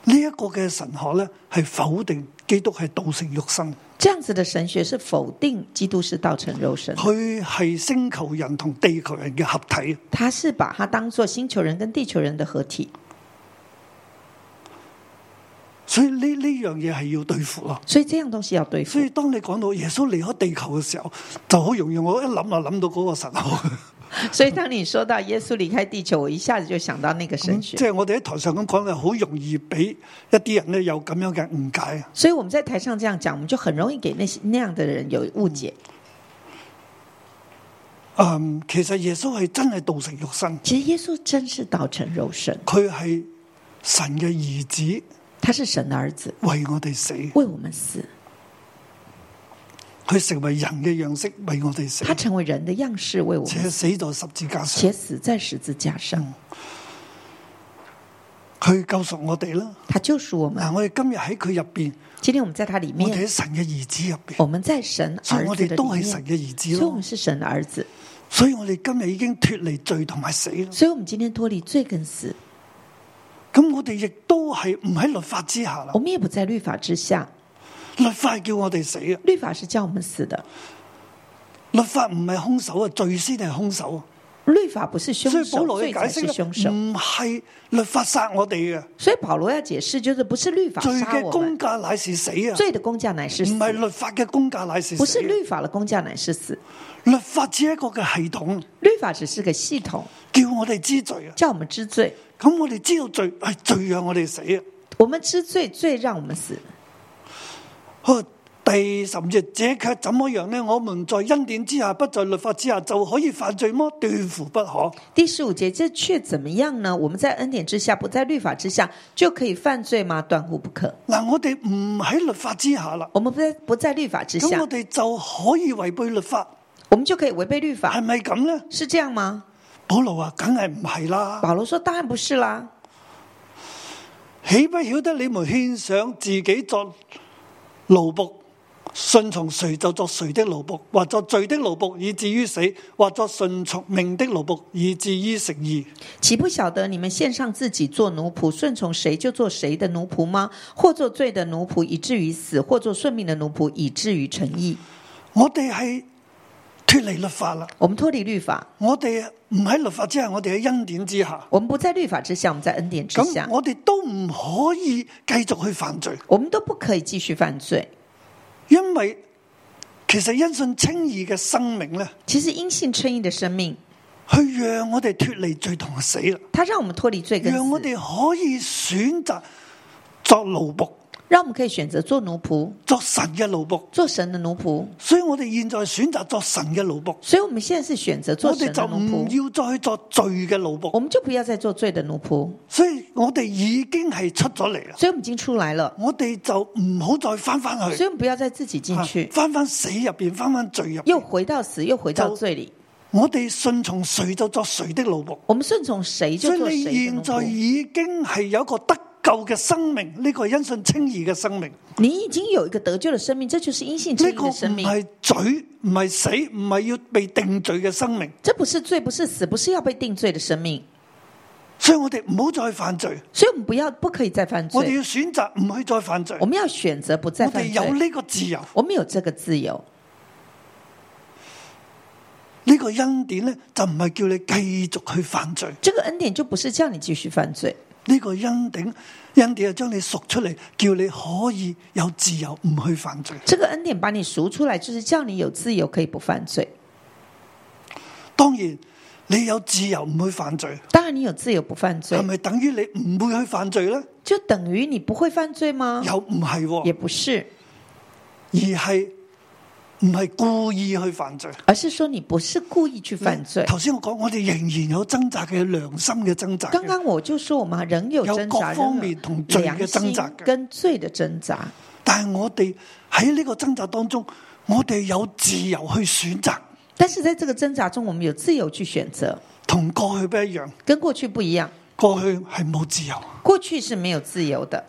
[SPEAKER 2] 呢、一個嘅神學咧係否定基督係道成肉身，
[SPEAKER 3] 这样子的神学是否定基督是道成肉身的，
[SPEAKER 2] 佢係星球人同地球人嘅合體。
[SPEAKER 3] 他是把它当做星球人跟地球人的合体，
[SPEAKER 2] 所以呢呢樣嘢係要對付咯。
[SPEAKER 3] 所以这样东西要对付
[SPEAKER 2] 所。以當你講到耶穌離開地球嘅時候，就好容易我一諗就諗到嗰個神啊學。
[SPEAKER 3] 所以当你说到耶稣离开地球，我一下子就想到那个神啊
[SPEAKER 2] 即
[SPEAKER 3] 学。
[SPEAKER 2] 係我哋喺台上咁講咧，好容易俾一啲人咧有咁樣嘅誤解啊！
[SPEAKER 3] 所以我们在台上这样讲，我们就很容易给那些那样的人有误解。
[SPEAKER 2] 嗯，其實耶穌係真係道成肉身，
[SPEAKER 3] 其实耶稣真是道成肉身，
[SPEAKER 2] 佢係神嘅兒子，
[SPEAKER 3] 他是神的儿子，
[SPEAKER 2] 為我哋死，
[SPEAKER 3] 为我们死，
[SPEAKER 2] 佢成為人嘅樣式，為我哋死
[SPEAKER 3] 他，成为人的样式为我们
[SPEAKER 2] 且
[SPEAKER 3] 死，
[SPEAKER 2] 死在十字架上
[SPEAKER 3] 且，死在十字架上，
[SPEAKER 2] 佢救贖我哋啦。
[SPEAKER 3] 他救赎我们。
[SPEAKER 2] 嗱，我哋今日喺佢入边，
[SPEAKER 3] 今天我们在他里
[SPEAKER 2] 啊我哋
[SPEAKER 3] 面，
[SPEAKER 2] 喺神嘅兒子入边，
[SPEAKER 3] 我们在神
[SPEAKER 2] 所以
[SPEAKER 3] 儿
[SPEAKER 2] 我
[SPEAKER 3] 子
[SPEAKER 2] 哋
[SPEAKER 3] 的
[SPEAKER 2] 都
[SPEAKER 3] 里
[SPEAKER 2] 係
[SPEAKER 3] 面
[SPEAKER 2] 神，嘅兒子
[SPEAKER 3] 所以我
[SPEAKER 2] 咯
[SPEAKER 3] 们。是神的儿子。
[SPEAKER 2] 所以我哋今日已經脱離罪同埋死啦。
[SPEAKER 3] 所以我们今天脱离罪跟死，
[SPEAKER 2] 咁我哋亦都係唔喺律法之下啦
[SPEAKER 3] 我。们也不在律法之下。
[SPEAKER 2] 律法係叫我哋死啊！
[SPEAKER 3] 律法是叫我们死的，
[SPEAKER 2] 律法唔係兇手啊，罪先係兇手啊。
[SPEAKER 3] 律法不是凶
[SPEAKER 2] 所以保
[SPEAKER 3] 手，
[SPEAKER 2] 羅
[SPEAKER 3] 罪
[SPEAKER 2] 嘅解
[SPEAKER 3] 才
[SPEAKER 2] 嗯
[SPEAKER 3] 是
[SPEAKER 2] 釋
[SPEAKER 3] 凶
[SPEAKER 2] 咧，
[SPEAKER 3] 手。
[SPEAKER 2] 唔係律法殺我哋嘅，
[SPEAKER 3] 所以保罗要解释，就是不是律法
[SPEAKER 2] 罪
[SPEAKER 3] 杀
[SPEAKER 2] 嘅
[SPEAKER 3] 我们
[SPEAKER 2] 公，價乃是死啊，
[SPEAKER 3] 罪的工价乃是
[SPEAKER 2] 唔
[SPEAKER 3] 死，
[SPEAKER 2] 係律法嘅公價乃是
[SPEAKER 3] 不
[SPEAKER 2] 死
[SPEAKER 3] 是
[SPEAKER 2] 啊。
[SPEAKER 3] 律法的工价乃是死。
[SPEAKER 2] 律法只係一個嘅系統，
[SPEAKER 3] 律法只是个系统，
[SPEAKER 2] 叫我哋知罪啊。
[SPEAKER 3] 叫我们知罪。
[SPEAKER 2] 咁我哋知道罪係罪讓我哋死啊。
[SPEAKER 3] 我们知罪，罪让我们死。
[SPEAKER 2] 好，第十節，這卻怎麼樣呢？我們在恩典之下，不在律法之下，就可以犯罪麼？斷乎不可。
[SPEAKER 3] 第十五节，这却怎么样呢？我们在恩典之下，不在律法之下，就可以犯罪吗？断乎不可。
[SPEAKER 2] 嗱，我哋唔喺律法之下啦，
[SPEAKER 3] 我们不在不在律法之
[SPEAKER 2] 咁
[SPEAKER 3] 下
[SPEAKER 2] 我，哋就可以違背律法，
[SPEAKER 3] 我们就可以违背律
[SPEAKER 2] 係
[SPEAKER 3] 法，
[SPEAKER 2] 咪咁呢？
[SPEAKER 3] 是这样吗？
[SPEAKER 2] 保羅話：梗係唔係啦。
[SPEAKER 3] 保罗说，当然不是啦。
[SPEAKER 2] 岂不曉得你們獻上自己作奴仆，順從誰就作誰的奴仆，或作罪的奴仆以至於死，或作順從命的奴仆以至於成義。
[SPEAKER 3] 岂不晓得你们献上自己做奴仆，顺从谁就做谁的奴仆吗？或做罪的奴仆，以至于死；或做顺命的奴仆，以至于成义。
[SPEAKER 2] 我哋係脱離律法啦，
[SPEAKER 3] 我们脱离律法，
[SPEAKER 2] 我哋唔喺律法之下，我哋喺恩典之下。
[SPEAKER 3] 我们不在律法之下，我们在恩典之下
[SPEAKER 2] 咁，我哋都唔可以繼續去犯罪，
[SPEAKER 3] 我们都不可以继续犯罪。
[SPEAKER 2] 因為其實因信稱義嘅生命咧，
[SPEAKER 3] 其实因信称义的生命，
[SPEAKER 2] 去讓我哋脱離罪同死啦，
[SPEAKER 3] 它让我们脱离罪跟死，
[SPEAKER 2] 讓我哋可以選擇作奴仆。
[SPEAKER 3] 让我们可以选择做奴仆，
[SPEAKER 2] 作神嘅奴仆，
[SPEAKER 3] 做神的奴仆。
[SPEAKER 2] 所以我哋现在选择作神嘅奴仆，
[SPEAKER 3] 所以我们现在是选择做
[SPEAKER 2] 我哋
[SPEAKER 3] 神
[SPEAKER 2] 就
[SPEAKER 3] 的奴
[SPEAKER 2] 唔
[SPEAKER 3] 仆，
[SPEAKER 2] 要再去作罪嘅奴
[SPEAKER 3] 我
[SPEAKER 2] 仆。
[SPEAKER 3] 们就不要再做罪的奴仆。
[SPEAKER 2] 所以我哋已经系出咗嚟啦，
[SPEAKER 3] 所以我们已经出来了，
[SPEAKER 2] 我哋就唔好再翻翻
[SPEAKER 3] 所
[SPEAKER 2] 去，
[SPEAKER 3] 以我们不要再自己进去，
[SPEAKER 2] 翻翻死入边，翻翻罪入
[SPEAKER 3] 又
[SPEAKER 2] 边。
[SPEAKER 3] 回到死，又回到罪里。
[SPEAKER 2] 我哋顺从谁就作谁的奴仆，
[SPEAKER 3] 我们顺从谁就
[SPEAKER 2] 所
[SPEAKER 3] 做
[SPEAKER 2] 以你
[SPEAKER 3] 谁的
[SPEAKER 2] 现
[SPEAKER 3] 奴
[SPEAKER 2] 在
[SPEAKER 3] 仆。
[SPEAKER 2] 已经系有一个得救嘅生命，呢、個个係因信称义嘅生命，呢、
[SPEAKER 3] 你已经有一个得救的生命，这就是因信
[SPEAKER 2] 個
[SPEAKER 3] 称义
[SPEAKER 2] 个
[SPEAKER 3] 的
[SPEAKER 2] 唔
[SPEAKER 3] 生命。
[SPEAKER 2] 系罪，唔系死，唔系要被定罪嘅生命。
[SPEAKER 3] 这不是罪，不是死，不是要被定罪的生命。
[SPEAKER 2] 所以我哋唔好再犯罪，
[SPEAKER 3] 所以我们不要不可以再犯
[SPEAKER 2] 我哋
[SPEAKER 3] 罪，
[SPEAKER 2] 要选择唔去再犯罪
[SPEAKER 3] 我。们要选择不再
[SPEAKER 2] 我
[SPEAKER 3] 犯
[SPEAKER 2] 哋有
[SPEAKER 3] 罪。
[SPEAKER 2] 呢個自由，
[SPEAKER 3] 我们有这个自由，
[SPEAKER 2] 呢、個恩典咧就唔係叫你繼續去犯罪，
[SPEAKER 3] 这个恩典就不是叫你继续犯罪，
[SPEAKER 2] 呢、個恩典恩典係將你赎出嚟，叫你可以有自由唔去犯罪。
[SPEAKER 3] 这个恩典把你赎出来，就是叫你有自由可以不犯罪。
[SPEAKER 2] 當然你有自由唔去犯罪，
[SPEAKER 3] 当然，你有自由不犯罪
[SPEAKER 2] 係，咪等於你唔會去犯罪咧？
[SPEAKER 3] 就等于你不会犯罪吗？
[SPEAKER 2] 又唔係喎，
[SPEAKER 3] 也不是，
[SPEAKER 2] 而係唔係故意去犯罪？
[SPEAKER 3] 而是说你不是故意去犯罪。
[SPEAKER 2] 頭先我講，我哋仍然有掙扎嘅良心嘅掙扎嘅。
[SPEAKER 3] 刚刚我就说，我们仍有挣扎，
[SPEAKER 2] 有各方面同罪嘅
[SPEAKER 3] 仍有
[SPEAKER 2] 挣扎
[SPEAKER 3] 良心
[SPEAKER 2] 嘅
[SPEAKER 3] 跟罪的挣扎。
[SPEAKER 2] 但係我哋喺呢個掙扎當中，我哋有自由去選擇，
[SPEAKER 3] 但是在这个挣扎中，我们有自由去选择，
[SPEAKER 2] 同過去不一樣。
[SPEAKER 3] 跟过去不一样。
[SPEAKER 2] 過去係冇自由，
[SPEAKER 3] 过去是没有自由的，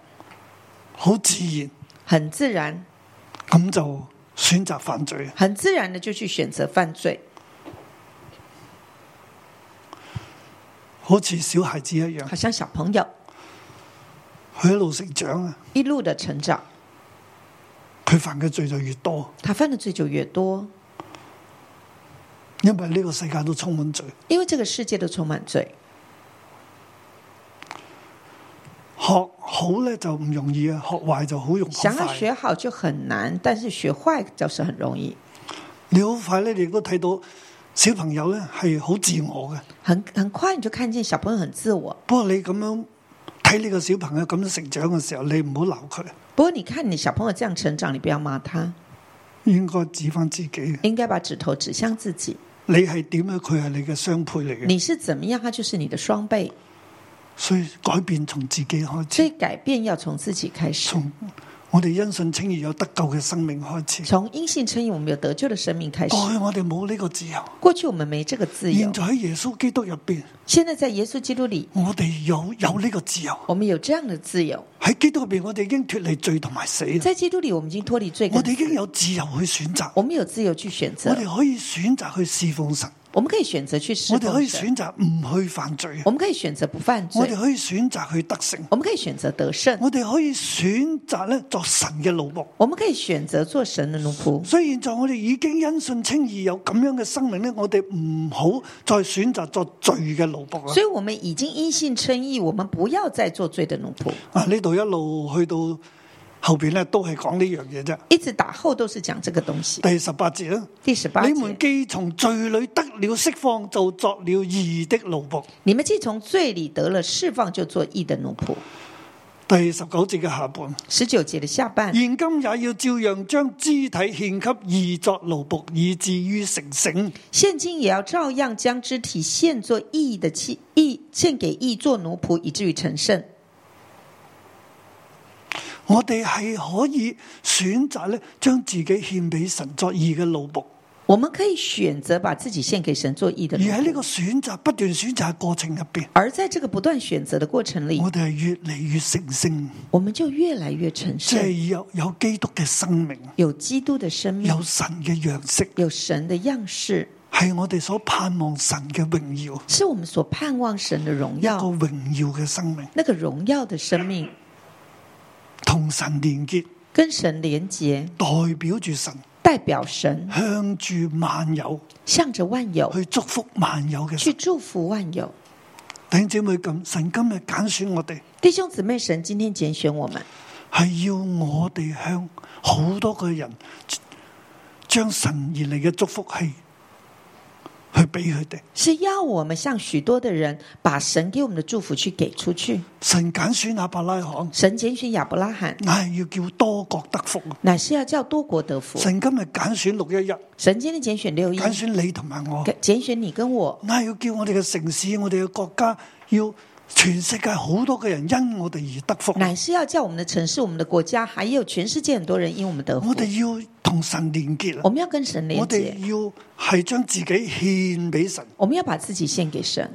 [SPEAKER 2] 好自然
[SPEAKER 3] 很自然，
[SPEAKER 2] 咁就選擇犯罪。
[SPEAKER 3] 很自然的就去选择犯罪，
[SPEAKER 2] 好似小孩子一樣，
[SPEAKER 3] 好像小朋友
[SPEAKER 2] 佢一路成長啊，
[SPEAKER 3] 一路的成长，
[SPEAKER 2] 佢犯嘅罪就越多，
[SPEAKER 3] 他犯的罪就越多，
[SPEAKER 2] 因為呢個世界都充滿罪。
[SPEAKER 3] 因为这个世界都充满罪。
[SPEAKER 2] 學好咧就唔容易啊，學壞就好容好
[SPEAKER 3] 想要
[SPEAKER 2] 快。
[SPEAKER 3] 学好就很难，但是学坏就是很容易，
[SPEAKER 2] 你好快咧，你都睇到小朋友咧係好自我嘅。
[SPEAKER 3] 很很快你就看见小朋友很自我。
[SPEAKER 2] 不過你咁樣睇你個小朋友咁樣成長嘅時候，你唔好鬧佢，
[SPEAKER 3] 不过你看你小朋友这样成长，你不要骂他，
[SPEAKER 2] 應該指翻自己嘅。
[SPEAKER 3] 应该把指头指向自己。
[SPEAKER 2] 你係點咧？佢係你嘅雙倍嚟嘅，
[SPEAKER 3] 你是怎么样，他就是你的双倍。
[SPEAKER 2] 嗯所以改變從自己開始
[SPEAKER 3] 所。以改变要从自己开始，
[SPEAKER 2] 从我哋因信稱義有得救嘅生命開始。
[SPEAKER 3] 从因信称义，我们有得救的生命开始。
[SPEAKER 2] 過去我哋冇呢個自由，
[SPEAKER 3] 过去我们没这个自由
[SPEAKER 2] 現，在喺耶穌基督入邊，
[SPEAKER 3] 现在在耶稣基督里，
[SPEAKER 2] 我哋有有呢個自由。
[SPEAKER 3] 我们有这样的自由。
[SPEAKER 2] 喺基督入邊，我哋已經脱離罪同埋死。
[SPEAKER 3] 在基督里，我们已经脱离罪跟
[SPEAKER 2] 我
[SPEAKER 3] 死
[SPEAKER 2] 哋已經有自由去選擇，
[SPEAKER 3] 我们有自由去选
[SPEAKER 2] 我
[SPEAKER 3] 择，
[SPEAKER 2] 哋可以選擇去侍奉神，
[SPEAKER 3] 我们可以选择去侍
[SPEAKER 2] 我哋可
[SPEAKER 3] 奉
[SPEAKER 2] 以選
[SPEAKER 3] 神，
[SPEAKER 2] 擇唔去犯罪，啊
[SPEAKER 3] 我们可以选择不犯
[SPEAKER 2] 我
[SPEAKER 3] 罪
[SPEAKER 2] 哋，可以選擇去得勝，
[SPEAKER 3] 我们可以选择得胜，
[SPEAKER 2] 我哋可以選擇咧作神嘅奴仆。
[SPEAKER 3] 我們可以選擇做神的奴僕。
[SPEAKER 2] 所以現在我哋已經因信稱義，有咁樣嘅生命咧，我哋唔好再選擇作罪嘅奴仆啊啦
[SPEAKER 3] 所。以，我們已經因信稱義，我們不要再做罪的奴仆。
[SPEAKER 2] 啊，呢度一路去到後边咧，都係講呢樣嘢啫。
[SPEAKER 3] 一直打后都是講這個東西。
[SPEAKER 2] 第十八節啦，
[SPEAKER 3] 第十八
[SPEAKER 2] 你們
[SPEAKER 3] 節，
[SPEAKER 2] 既從罪裏得了釋放，就作了義的奴仆。
[SPEAKER 3] 你們既從罪裡得了釋放，就做義的奴仆。
[SPEAKER 2] 第十九節嘅下半，
[SPEAKER 3] 十九節的下半，
[SPEAKER 2] 現今也要照樣將肢體獻給義作奴仆，以至於成聖。
[SPEAKER 3] 現今也要照樣將肢體獻作義的器義，獻給義做奴仆，以至於成聖。
[SPEAKER 2] 我哋係可以選擇咧，將自己獻俾神作義嘅奴仆，
[SPEAKER 3] 我們可以選擇把自己獻給神做義的
[SPEAKER 2] 而
[SPEAKER 3] 奴
[SPEAKER 2] 喺呢
[SPEAKER 3] 仆。
[SPEAKER 2] 個選擇不斷選擇嘅過程入邊，
[SPEAKER 3] 而在這個不斷選擇的過程裡，
[SPEAKER 2] 我哋係越嚟越成聖，
[SPEAKER 3] 我們就越來越成
[SPEAKER 2] 即係
[SPEAKER 3] 聖，
[SPEAKER 2] 有有基督嘅生命，
[SPEAKER 3] 有基督的生命
[SPEAKER 2] 有。神嘅樣式，
[SPEAKER 3] 有神的樣式，
[SPEAKER 2] 係我哋所盼望神嘅榮耀，
[SPEAKER 3] 是我们所盼望神的荣
[SPEAKER 2] 一個
[SPEAKER 3] 耀，
[SPEAKER 2] 榮耀嘅生命，
[SPEAKER 3] 那個荣耀的生命
[SPEAKER 2] 同神連結，
[SPEAKER 3] 跟神連結，
[SPEAKER 2] 代表住神，
[SPEAKER 3] 代表神
[SPEAKER 2] 向住萬有
[SPEAKER 3] 向着萬有
[SPEAKER 2] 去祝福萬有嘅
[SPEAKER 3] 去
[SPEAKER 2] 神。
[SPEAKER 3] 祝福萬有。
[SPEAKER 2] 弟兄姊妹咁，神今日揀選我哋。
[SPEAKER 3] 弟兄姊妹，神今天揀選我們，
[SPEAKER 2] 系要我哋向好多嘅人将神而嚟嘅祝福系去俾佢哋。
[SPEAKER 3] 是要我們向許多的人把神給我們的祝福去給出去。
[SPEAKER 2] 神拣选亚伯拉罕，
[SPEAKER 3] 神揀選亞伯拉罕，
[SPEAKER 2] 乃系要叫多国得福。啊
[SPEAKER 3] 乃是要叫多國得福。嗯
[SPEAKER 2] 神今日拣选六一日，
[SPEAKER 3] 神今天揀選六一，
[SPEAKER 2] 拣
[SPEAKER 3] 揀
[SPEAKER 2] 选你同埋我，
[SPEAKER 3] 選你跟我，
[SPEAKER 2] 乃系要叫我哋嘅城市、我哋嘅国家，要全世界好多嘅人因我哋而得福。
[SPEAKER 3] 乃是要叫我們的城市、我們的國家，還有全世界很多人因我們得福
[SPEAKER 2] 我。哋要同神连结啊
[SPEAKER 3] 我！们要跟神連
[SPEAKER 2] 我
[SPEAKER 3] 結
[SPEAKER 2] 哋。要系将自己献俾神，
[SPEAKER 3] 我们要把自己献给神，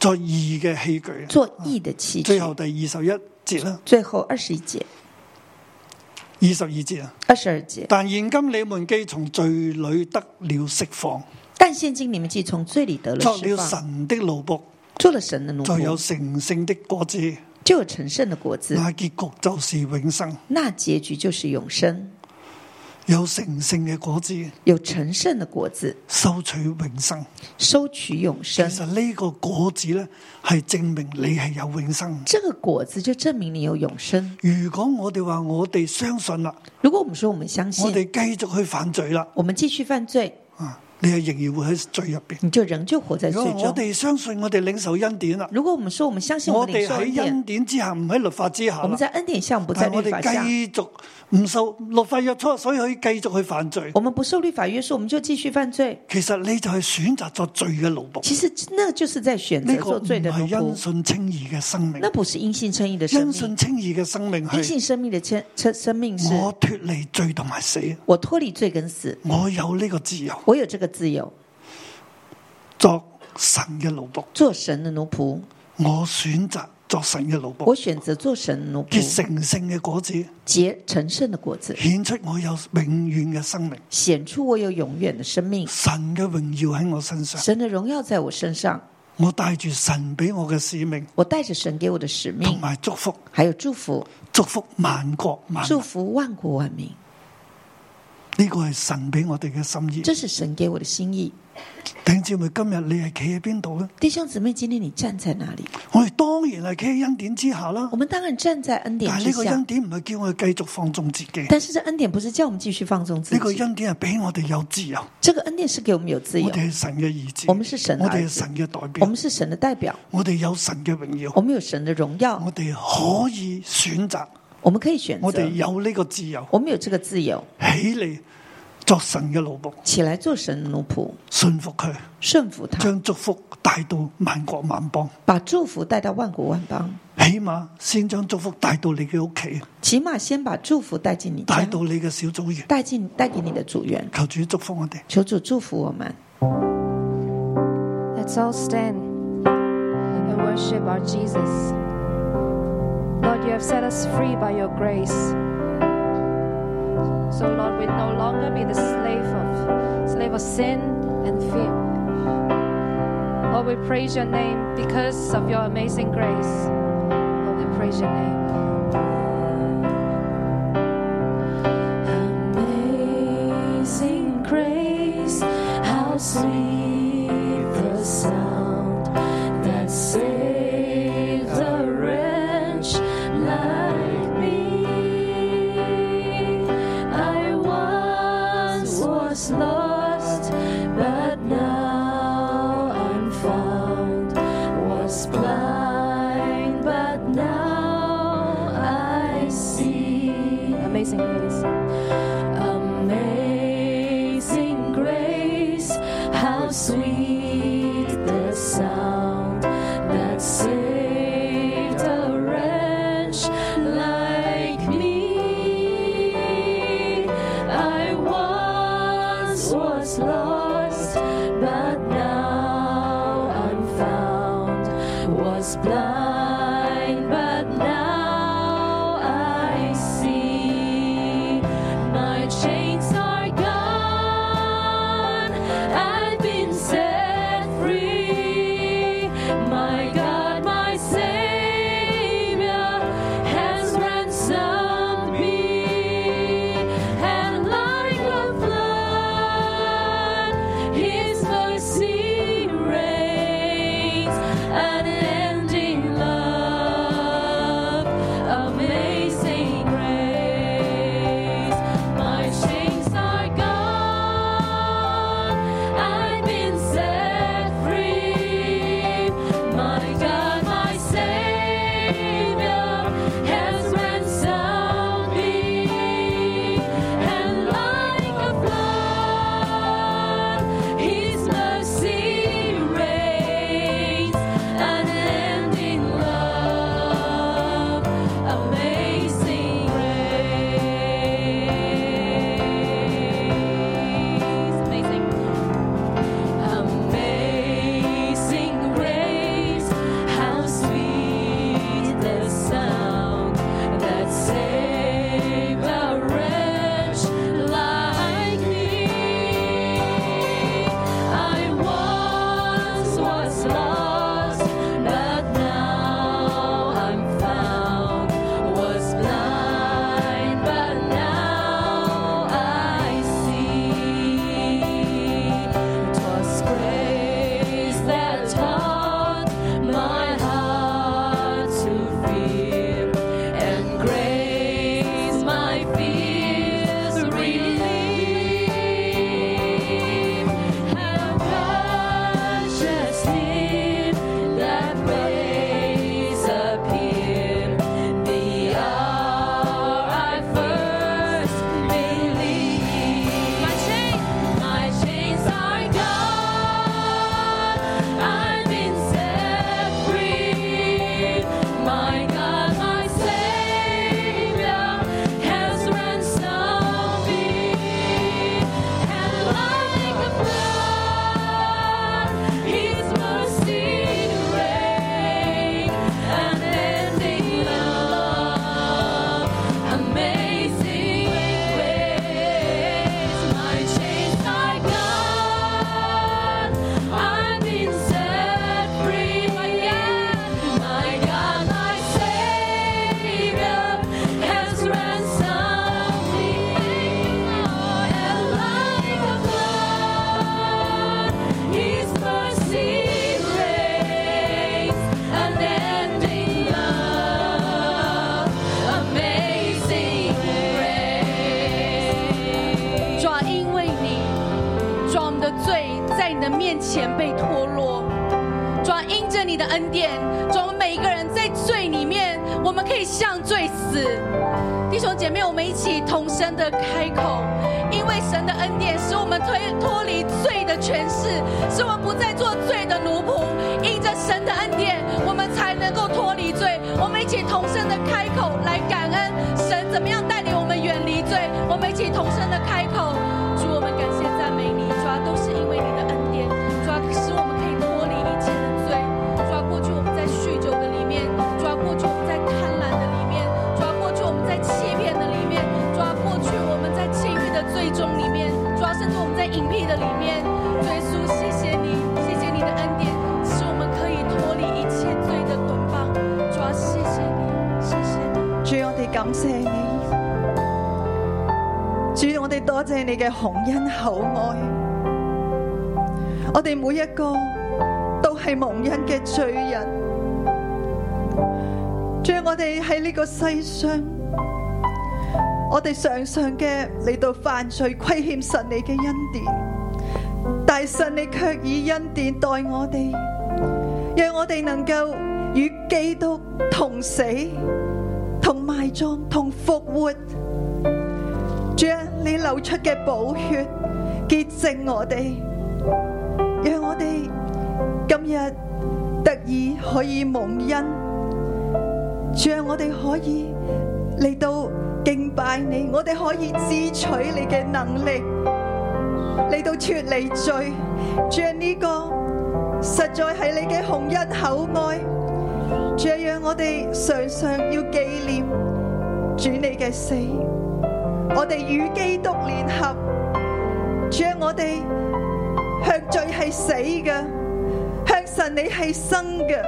[SPEAKER 2] 作义嘅器具啊。
[SPEAKER 3] 做义的器具
[SPEAKER 2] 最。后第二十一节啦。
[SPEAKER 3] 最后二十一节、
[SPEAKER 2] 二十二節啊！
[SPEAKER 3] 二十二节，
[SPEAKER 2] 但現今你們既從罪裏得了釋放，
[SPEAKER 3] 但现今你们既从罪里得了
[SPEAKER 2] 作
[SPEAKER 3] 释
[SPEAKER 2] 了
[SPEAKER 3] 放，
[SPEAKER 2] 神的奴仆，
[SPEAKER 3] 做了神的奴
[SPEAKER 2] 就有嗯
[SPEAKER 3] 仆，
[SPEAKER 2] 成聖的果子，
[SPEAKER 3] 就有成圣的果子，
[SPEAKER 2] 那結局就是永生。
[SPEAKER 3] 那结局就是永生。
[SPEAKER 2] 有成聖嘅果子，
[SPEAKER 3] 有成圣的果子，
[SPEAKER 2] 收取永生。
[SPEAKER 3] 收取永
[SPEAKER 2] 其
[SPEAKER 3] 生。
[SPEAKER 2] 實呢個果子呢，係證明你係有永生。
[SPEAKER 3] 这个果子就证明你有永生。
[SPEAKER 2] 如果我哋話我哋相信啦，
[SPEAKER 3] 如果我们说我们相
[SPEAKER 2] 我
[SPEAKER 3] 信，
[SPEAKER 2] 哋繼續去犯罪啦，
[SPEAKER 3] 我们继续犯罪，
[SPEAKER 2] 啊，你係仍然會喺罪入邊。
[SPEAKER 3] 你就仍旧活在
[SPEAKER 2] 如果
[SPEAKER 3] 罪
[SPEAKER 2] 我
[SPEAKER 3] 中。
[SPEAKER 2] 哋相信我哋領受恩典啦，
[SPEAKER 3] 如果我们说我们相信我
[SPEAKER 2] 我
[SPEAKER 3] 们领
[SPEAKER 2] 哋
[SPEAKER 3] 受恩
[SPEAKER 2] 喺恩
[SPEAKER 3] 典，
[SPEAKER 2] 典之下，唔喺律法之下
[SPEAKER 3] 我
[SPEAKER 2] 啦
[SPEAKER 3] 们。在恩典下，我们不在
[SPEAKER 2] 哎但係我
[SPEAKER 3] 律法下，
[SPEAKER 2] 哋繼續唔受律法約束，所以可以繼續去犯罪。
[SPEAKER 3] 我们不受律法约束，我们就继续犯罪。
[SPEAKER 2] 其實你就係選擇作罪嘅奴仆，
[SPEAKER 3] 其实那就是在选
[SPEAKER 2] 呢
[SPEAKER 3] 择
[SPEAKER 2] 個
[SPEAKER 3] 做
[SPEAKER 2] 唔
[SPEAKER 3] 罪的奴
[SPEAKER 2] 係因
[SPEAKER 3] 仆，
[SPEAKER 2] 信稱義嘅生命
[SPEAKER 3] 那。不是因信称义的
[SPEAKER 2] 嗯哎
[SPEAKER 3] 生
[SPEAKER 2] 因
[SPEAKER 3] 命
[SPEAKER 2] 信。稱義嘅生命
[SPEAKER 3] 因
[SPEAKER 2] 係
[SPEAKER 3] 信生命的称称生命是
[SPEAKER 2] 我脱離罪同埋死，
[SPEAKER 3] 我脱离罪跟死，
[SPEAKER 2] 我有呢個自由，
[SPEAKER 3] 我有这个自由，
[SPEAKER 2] 作神嘅奴仆。
[SPEAKER 3] 做神的奴仆，
[SPEAKER 2] 我選擇作神嘅奴
[SPEAKER 3] 我
[SPEAKER 2] 仆，
[SPEAKER 3] 选择做神的奴
[SPEAKER 2] 結
[SPEAKER 3] 仆，
[SPEAKER 2] 成聖嘅果子，
[SPEAKER 3] 结成圣的果子，
[SPEAKER 2] 顯出我有永遠嘅生命。
[SPEAKER 3] 显出我有永远的生命。
[SPEAKER 2] 神嘅榮耀喺我身上，
[SPEAKER 3] 神的荣耀在我身上，
[SPEAKER 2] 我帶住神俾我嘅使命
[SPEAKER 3] 我带着神给我的使
[SPEAKER 2] 同
[SPEAKER 3] 命，
[SPEAKER 2] 埋祝福，
[SPEAKER 3] 还有祝福，
[SPEAKER 2] 祝福萬國萬民
[SPEAKER 3] 祝。福万国万民。
[SPEAKER 2] 呢个系神俾我哋嘅心意。
[SPEAKER 3] 这是神给我的心意。
[SPEAKER 2] 弟兄姊妹，今日你系企喺边度呢？
[SPEAKER 3] 弟兄姊妹，今天你站在哪里？
[SPEAKER 2] 我哋当然系企喺恩典之下啦
[SPEAKER 3] 我。们当然站在恩典
[SPEAKER 2] 但系
[SPEAKER 3] 之
[SPEAKER 2] 呢个恩
[SPEAKER 3] 下，
[SPEAKER 2] 典唔系叫我哋继续放纵自己，
[SPEAKER 3] 但是这恩典不是叫我们继续放纵自
[SPEAKER 2] 呢个
[SPEAKER 3] 己，
[SPEAKER 2] 恩典系俾我哋有自由。
[SPEAKER 3] 这个恩典是给我们有自由
[SPEAKER 2] 我，哋系神嘅儿子，
[SPEAKER 3] 我们是神的
[SPEAKER 2] 我哋系
[SPEAKER 3] 儿子
[SPEAKER 2] 神嘅代
[SPEAKER 3] 我
[SPEAKER 2] 表，
[SPEAKER 3] 们是神的代表，
[SPEAKER 2] 我哋有神嘅荣耀，
[SPEAKER 3] 我们有神的荣耀。
[SPEAKER 2] 我哋可以选择，
[SPEAKER 3] 我们可以选
[SPEAKER 2] 我哋
[SPEAKER 3] 择，
[SPEAKER 2] 有呢个自由，
[SPEAKER 3] 我们有这个自由，
[SPEAKER 2] 起嚟作神嘅奴仆，
[SPEAKER 3] 起来做神的奴仆，
[SPEAKER 2] 信服佢，
[SPEAKER 3] 顺服他，
[SPEAKER 2] 将祝福带到万国万邦。
[SPEAKER 3] 把祝福带到万国万邦。
[SPEAKER 2] 起码先将祝福带到你嘅屋企，
[SPEAKER 3] 起码先把祝福带进你
[SPEAKER 2] 带
[SPEAKER 3] 家，
[SPEAKER 2] 到你嘅小组员。
[SPEAKER 3] 带进带给你的组员。
[SPEAKER 2] 求主祝福我哋。
[SPEAKER 3] 求主祝福我们，
[SPEAKER 4] Let's all stand and worship our Jesus. Lord, you have set us free by your grace. So, Lord, we no longer be the slave of slave of sin and fear. Lord, we praise your name because of your amazing grace. Lord, we praise your name.
[SPEAKER 5] Amazing grace, how sweet the sound that saved a wretch like me. I once was lost, but now I'm found. Was blind, but now I see.
[SPEAKER 4] Amazing grace.
[SPEAKER 5] Amazing grace, how sweet the sound that saved a wretch like me. I once was lost, but now I'm found. Was blind, but now I see. My chains are gone. I've been set free. My God, my Savior has ransomed me. And like a flood, His mercy reigns. Unending love, amazing grace. My chains are gone. I've been set free. My God, my Savior has ransomed me. And like a flood, His mercy reigns. Unending love, amazing grace. Amazing. Amazing grace, how sweet the sound that saved a wretch like me. I once was lost, but now I'm found. Was blind, but now I see. 'Twas grace that taught my heart to fear, and grace my fears relieved. How precious did that grace appear the hour I first believed. My chains, my chains are gone. I've been set free. My God, my Savior has ransomed me. And like a flood, His mercy reigns. Unending love, amazing grace. My chains are gone. I've been set free. My God, my Savior has ransomed me. And like a flood, His mercy reigns. Unending love, amazing grace.
[SPEAKER 6] 主啊，因为你，主啊，我们的罪在你的面前被脱落。主啊，因着你的恩典，主啊，我们每一个人在罪里面，我们可以向罪死。弟兄姐妹，我们一起同声的开口，因为神的恩典使我们推脱离罪的权势，使我们不再做罪的奴仆。因着神的恩典，我们才能够脱离罪。我们一起同声的开口来感恩神怎么样带领我们远离罪。我们一起同声的开口，主，我们感谢赞美你，主啊，都是因为你的恩典，主啊，使我们可以脱离一切的罪。主啊，过去我们在酗酒的里面，主啊，过去我们在贪婪的里面，主啊，过去我们在欺骗的里面，主啊，过去我们在情欲的最终里面，主啊，甚至我们在隐蔽的里面。主耶稣，谢谢你，谢谢你的恩典，使啊
[SPEAKER 7] 感謝你，主，我哋多謝你嘅洪恩厚愛。我哋每一個都係蒙恩嘅罪人，主，我哋喺呢個世上，我哋常常嘅嚟到犯罪，虧欠神你嘅恩典，但係神你卻以恩典待我哋，讓我哋能夠與基督同死。同埋葬、同復活。主啊，你流出嘅寶血潔淨我哋，讓我哋今日得以可以蒙恩。主啊，我哋可以嚟到敬拜你，我哋可以支取你嘅能力，嚟到脱離罪。主啊，呢、個實在係你嘅紅恩厚愛。主啊，让我哋常常要纪念主你嘅死，我哋与基督联合。主啊，我哋向罪系死嘅，向神你系生嘅。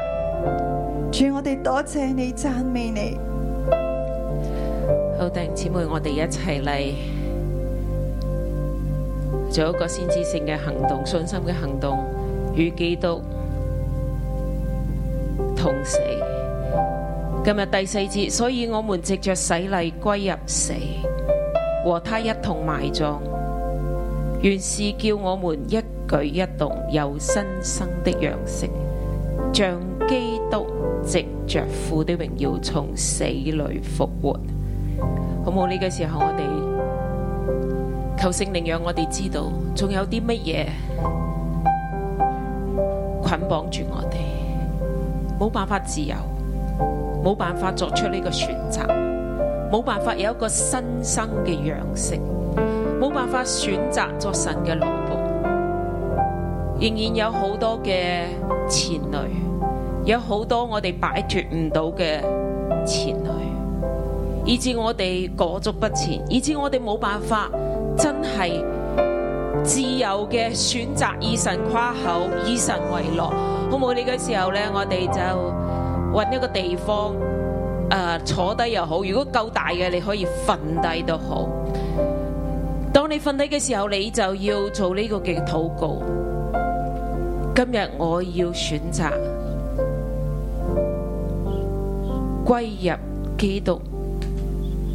[SPEAKER 7] 主，我哋多谢你，赞美你。
[SPEAKER 8] 好，弟兄姊妹，我哋一齊嚟做一個先知性嘅行動，信心嘅行動，與基督同死。今日第四節，所以我們藉着洗禮歸入死，和他一同埋葬，原是叫我們一舉一動有新生的樣式，像基督藉着父的榮耀從死裏復活。好冇呢嘅時候，我哋求聖靈讓我哋知道，仲有啲乜嘢捆綁住我哋，冇辦法自由，冇辦法作出呢個選擇，冇辦法有一個新生嘅樣式，冇辦法選擇作神嘅奴僕，仍然有好多嘅纏累，有好多我哋擺脱唔到嘅纏累。以致我哋裹足不前，以致我哋冇辦法真係自由嘅選擇以神夸口，以神為樂，好冇？呢個時候呢，我哋就揾一個地方，诶、坐低又好，如果夠大嘅，你可以瞓低都好。當你瞓低嘅時候，你就要做呢個嘅禱告。今日我要選擇歸入基督。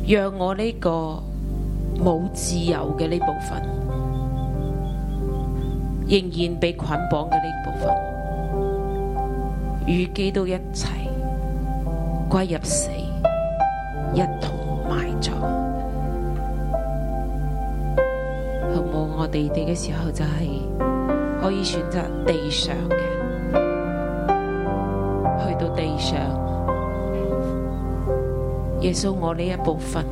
[SPEAKER 8] 让我呢个冇自由嘅呢部分，仍然被捆绑嘅呢部分，与基督一齐归入死，一同埋葬。好冇？我哋哋嘅时候就系可以选择地上嘅，去到地上。耶稣，我呢一部分，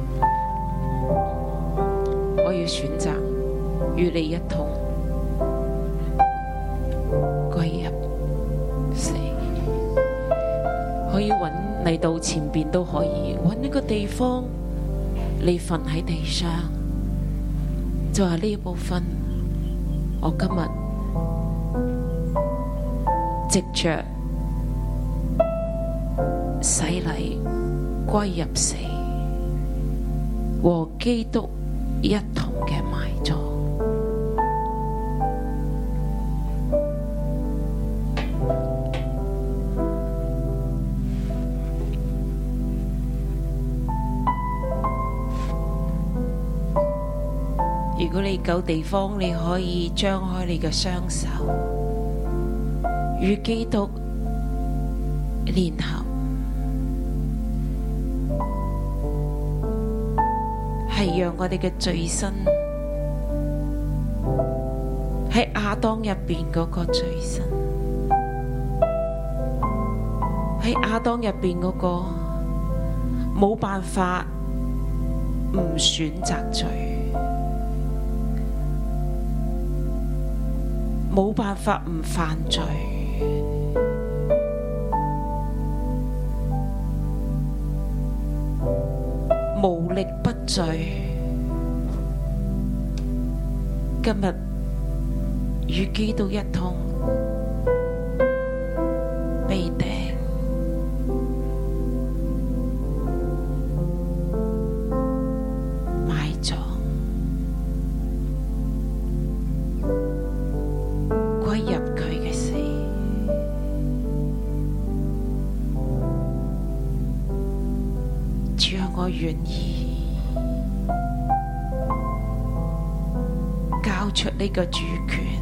[SPEAKER 8] 我要选择与你一同归入死，可以揾嚟到前边都可以揾一个地方，你瞓喺地上，就话呢一部分，我今日藉着洗礼。归入死，和基督一同嘅埋葬。如果你夠地方，你可以張開你嘅雙手，與基督聯合。系让我哋嘅罪身喺亚当入边嗰个罪身，喺亚当入边嗰个冇办法唔选择罪，冇办法唔犯罪。无力不罪。今日與基督一同被釘，啊出呢個主權，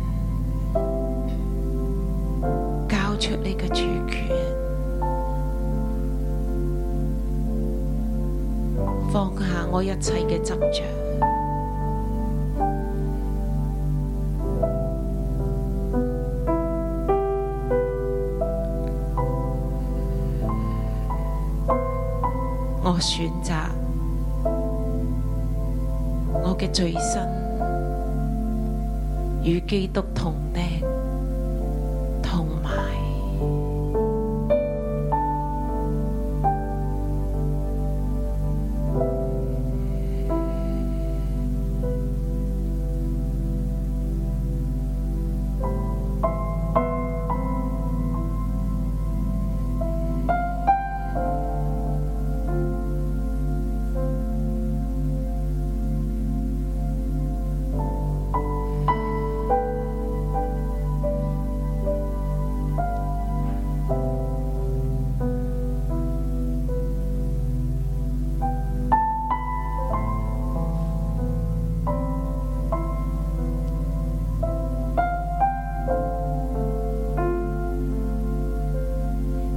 [SPEAKER 8] 交出呢個主權，放下我一切嘅執着。我選擇我嘅罪身與基督同釘同埋。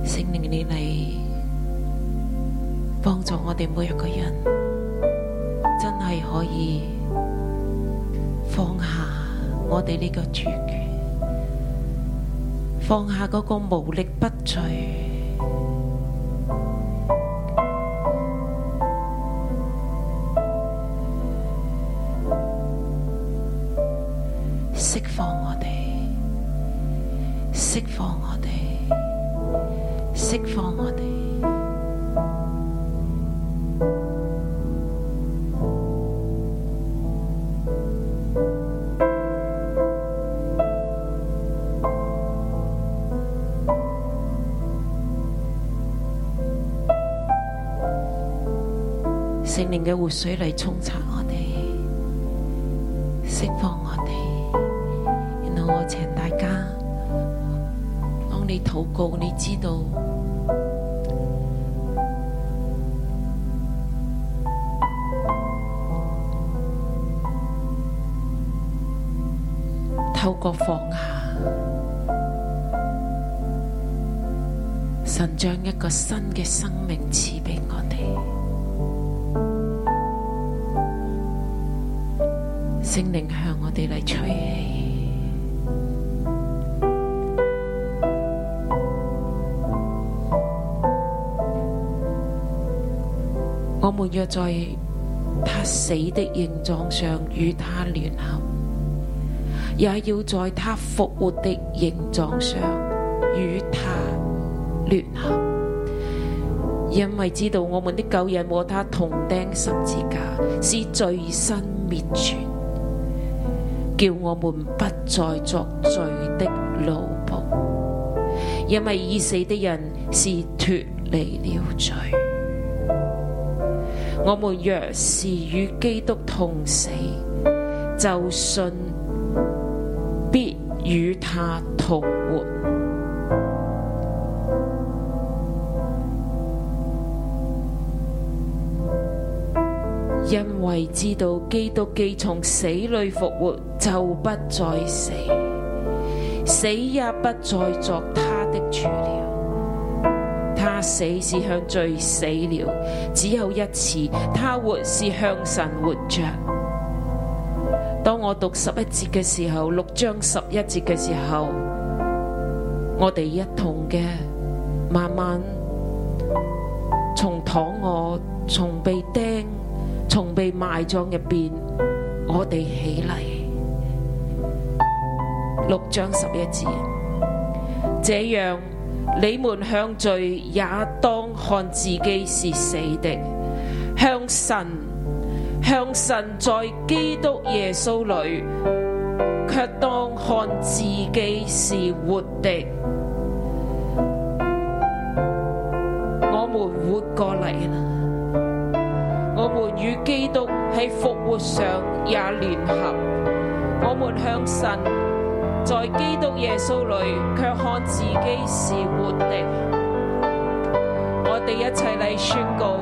[SPEAKER 8] 圣灵你嚟帮助我哋每一个人，真系可以放下我哋呢个主权，放下嗰个无力不罪。释放我哋，释放我哋。释放我哋。圣灵嘅活水嚟冲刷我哋，释放我哋，然后我请大家。当你祷告，你知道透过放下，神将一个新嘅生命赐俾我哋。圣灵向我哋嚟吹气。我们若在他死的形状上与他联合，也要在他复活的形状上与他联合。因为知道我们的旧人和他同钉十字架，是罪身灭绝，叫我们不再作罪的奴仆。因为已死的人是脱离了罪。我们若是与基督同死，就信必与他同活。因为知道基督既从死里复活，就不再死，死也不再作他的主了。他死是向罪死了，只有一次；他活是向神活着。当我读十一节嘅时候，六章十一节嘅时候，我哋一同嘅慢慢从躺卧、从被钉、从被埋葬入边，我哋起嚟。六章十一节。这样你们向罪也当看自己是死的，向神向神在基督耶稣里，却当看自己是活的。我们活过嚟啦，我们与基督喺复活上也联合，我们向神。在基督耶稣里，却看自己是活的。我哋一齐嚟宣告，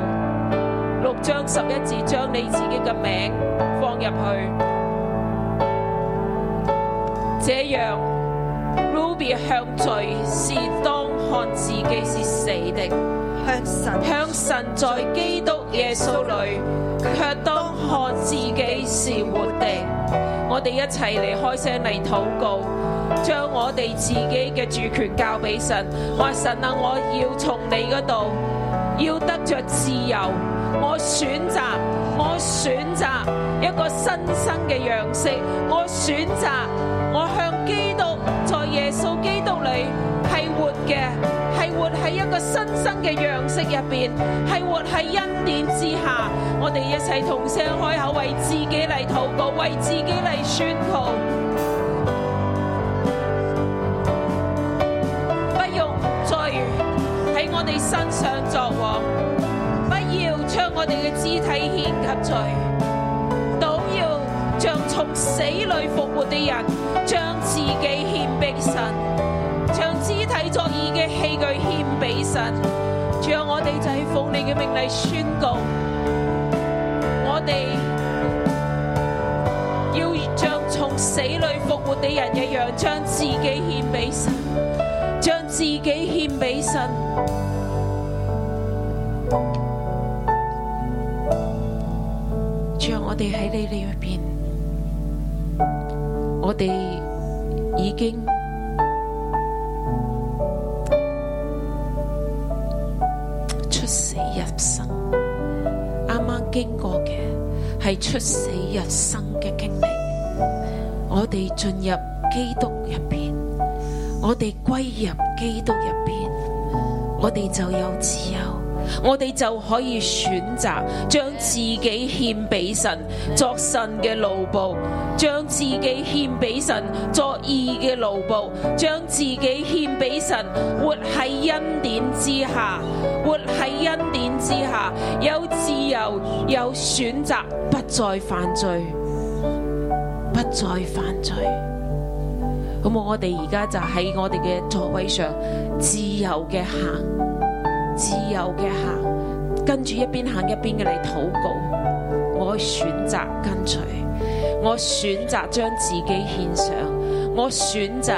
[SPEAKER 8] 六章十一字，将你自己嘅名放入去。这样，Ruby 向罪是当看自己是死的，
[SPEAKER 7] 向神
[SPEAKER 8] 向神在基督耶稣里，却当看自己是活的。我哋一齐嚟开声嚟祷告，将我哋自己嘅主权交俾神。话神啊，我要从你嗰度要得着自由，我选择，我选择一个新生嘅样式，我选择我向基督在耶稣基督里系活嘅，系活喺一个新生嘅样式入边，系活喺恩典之下。我哋一齐同声开口，为自己嚟祷告，为自己嚟宣告。不用罪喺我哋身上作王，不要将我哋嘅肢體獻給罪，倒要像從死裏復活的人，將自己獻俾神，將肢體作義嘅器具獻俾神。主啊，我哋就係奉你嘅命嚟宣告，我哋。要像從死裏復活的人一樣，將自己獻俾神。将自己献俾神。主啊，我哋喺你呢边，我哋已经出死入生。啱啱经过嘅系出死入生嘅经历，我哋进入基督入边。我哋归入基督入边，我哋就有自由，我哋就可以选择将自己献俾神作神嘅奴仆，将自己献俾神作义嘅奴仆，将自己献俾神活喺恩典之下，活喺恩典之下，有自由，有选择，不再犯罪，不再犯罪。咁我哋而家就喺我哋嘅座位上自由嘅行，自由嘅行，跟住一邊行一邊嘅嚟禱告。我選擇跟隨，我選擇將自己獻上，我選擇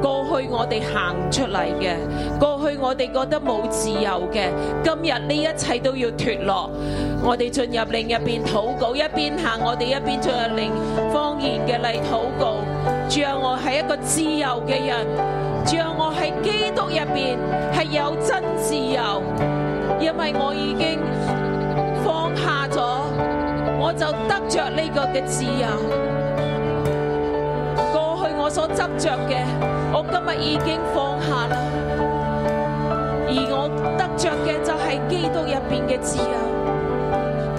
[SPEAKER 8] 過去我哋行唔出嚟嘅，過去我哋覺得冇自由嘅，今日呢一切都要脱落。我哋進入另一邊禱告，一邊行，我哋一邊進入另方言嘅嚟禱告。主啊，我係一個自由嘅人，主啊，我喺基督入邊係有真自由，因為我已經放下咗，我就得着呢個嘅自由。過去我所執着嘅，我今日已經放下啦，而我得着嘅就係基督入邊嘅自由。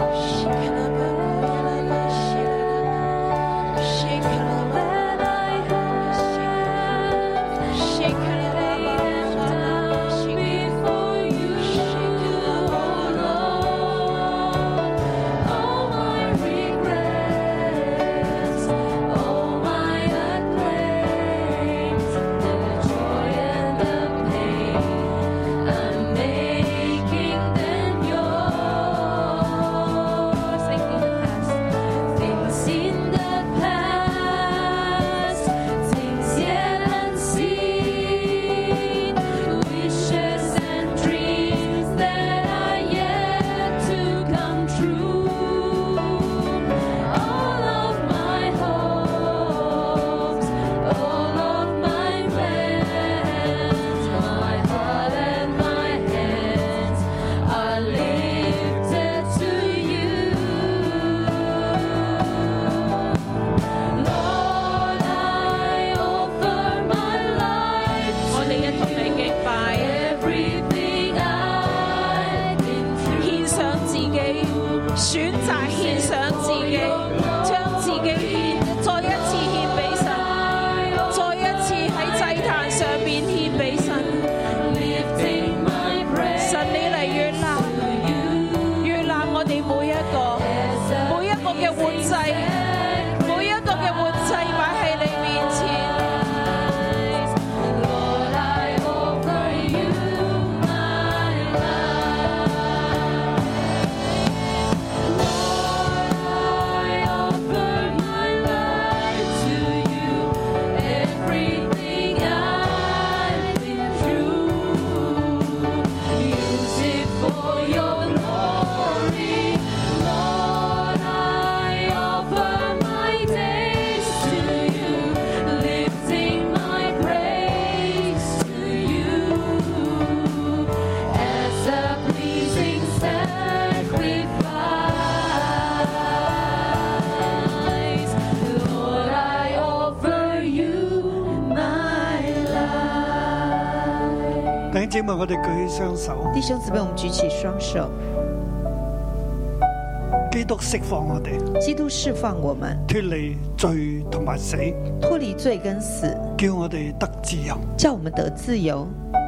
[SPEAKER 5] Things in the past, things yet unseen, wishes and dreams that are yet to come true. All of my hopes, all of my plans, my heart and my hands are lifted to you. Lord, I offer my life.
[SPEAKER 8] 我哋一同嚟敬拜，
[SPEAKER 5] Everything I've been through.
[SPEAKER 8] 獻上自己，選擇獻上自己，將自己獻，再一次獻俾神，再一次喺祭壇上邊獻俾神。
[SPEAKER 5] Lifting my praise
[SPEAKER 8] 神你嚟悦納，悦納我哋每一個，每一個嘅活祭，每一個嘅活祭擺喺你面前。
[SPEAKER 5] Lord, I offer you my life. Lord, I offer my life to you.
[SPEAKER 2] 姊妹，我哋舉起雙手，
[SPEAKER 3] 弟兄姊妹，我们举起双手，
[SPEAKER 2] 基督釋放我哋，
[SPEAKER 3] 基督释放我们，
[SPEAKER 2] 脱離罪同埋死，
[SPEAKER 3] 脱离罪跟死，
[SPEAKER 2] 叫我哋得自由。
[SPEAKER 3] 叫我们得自由。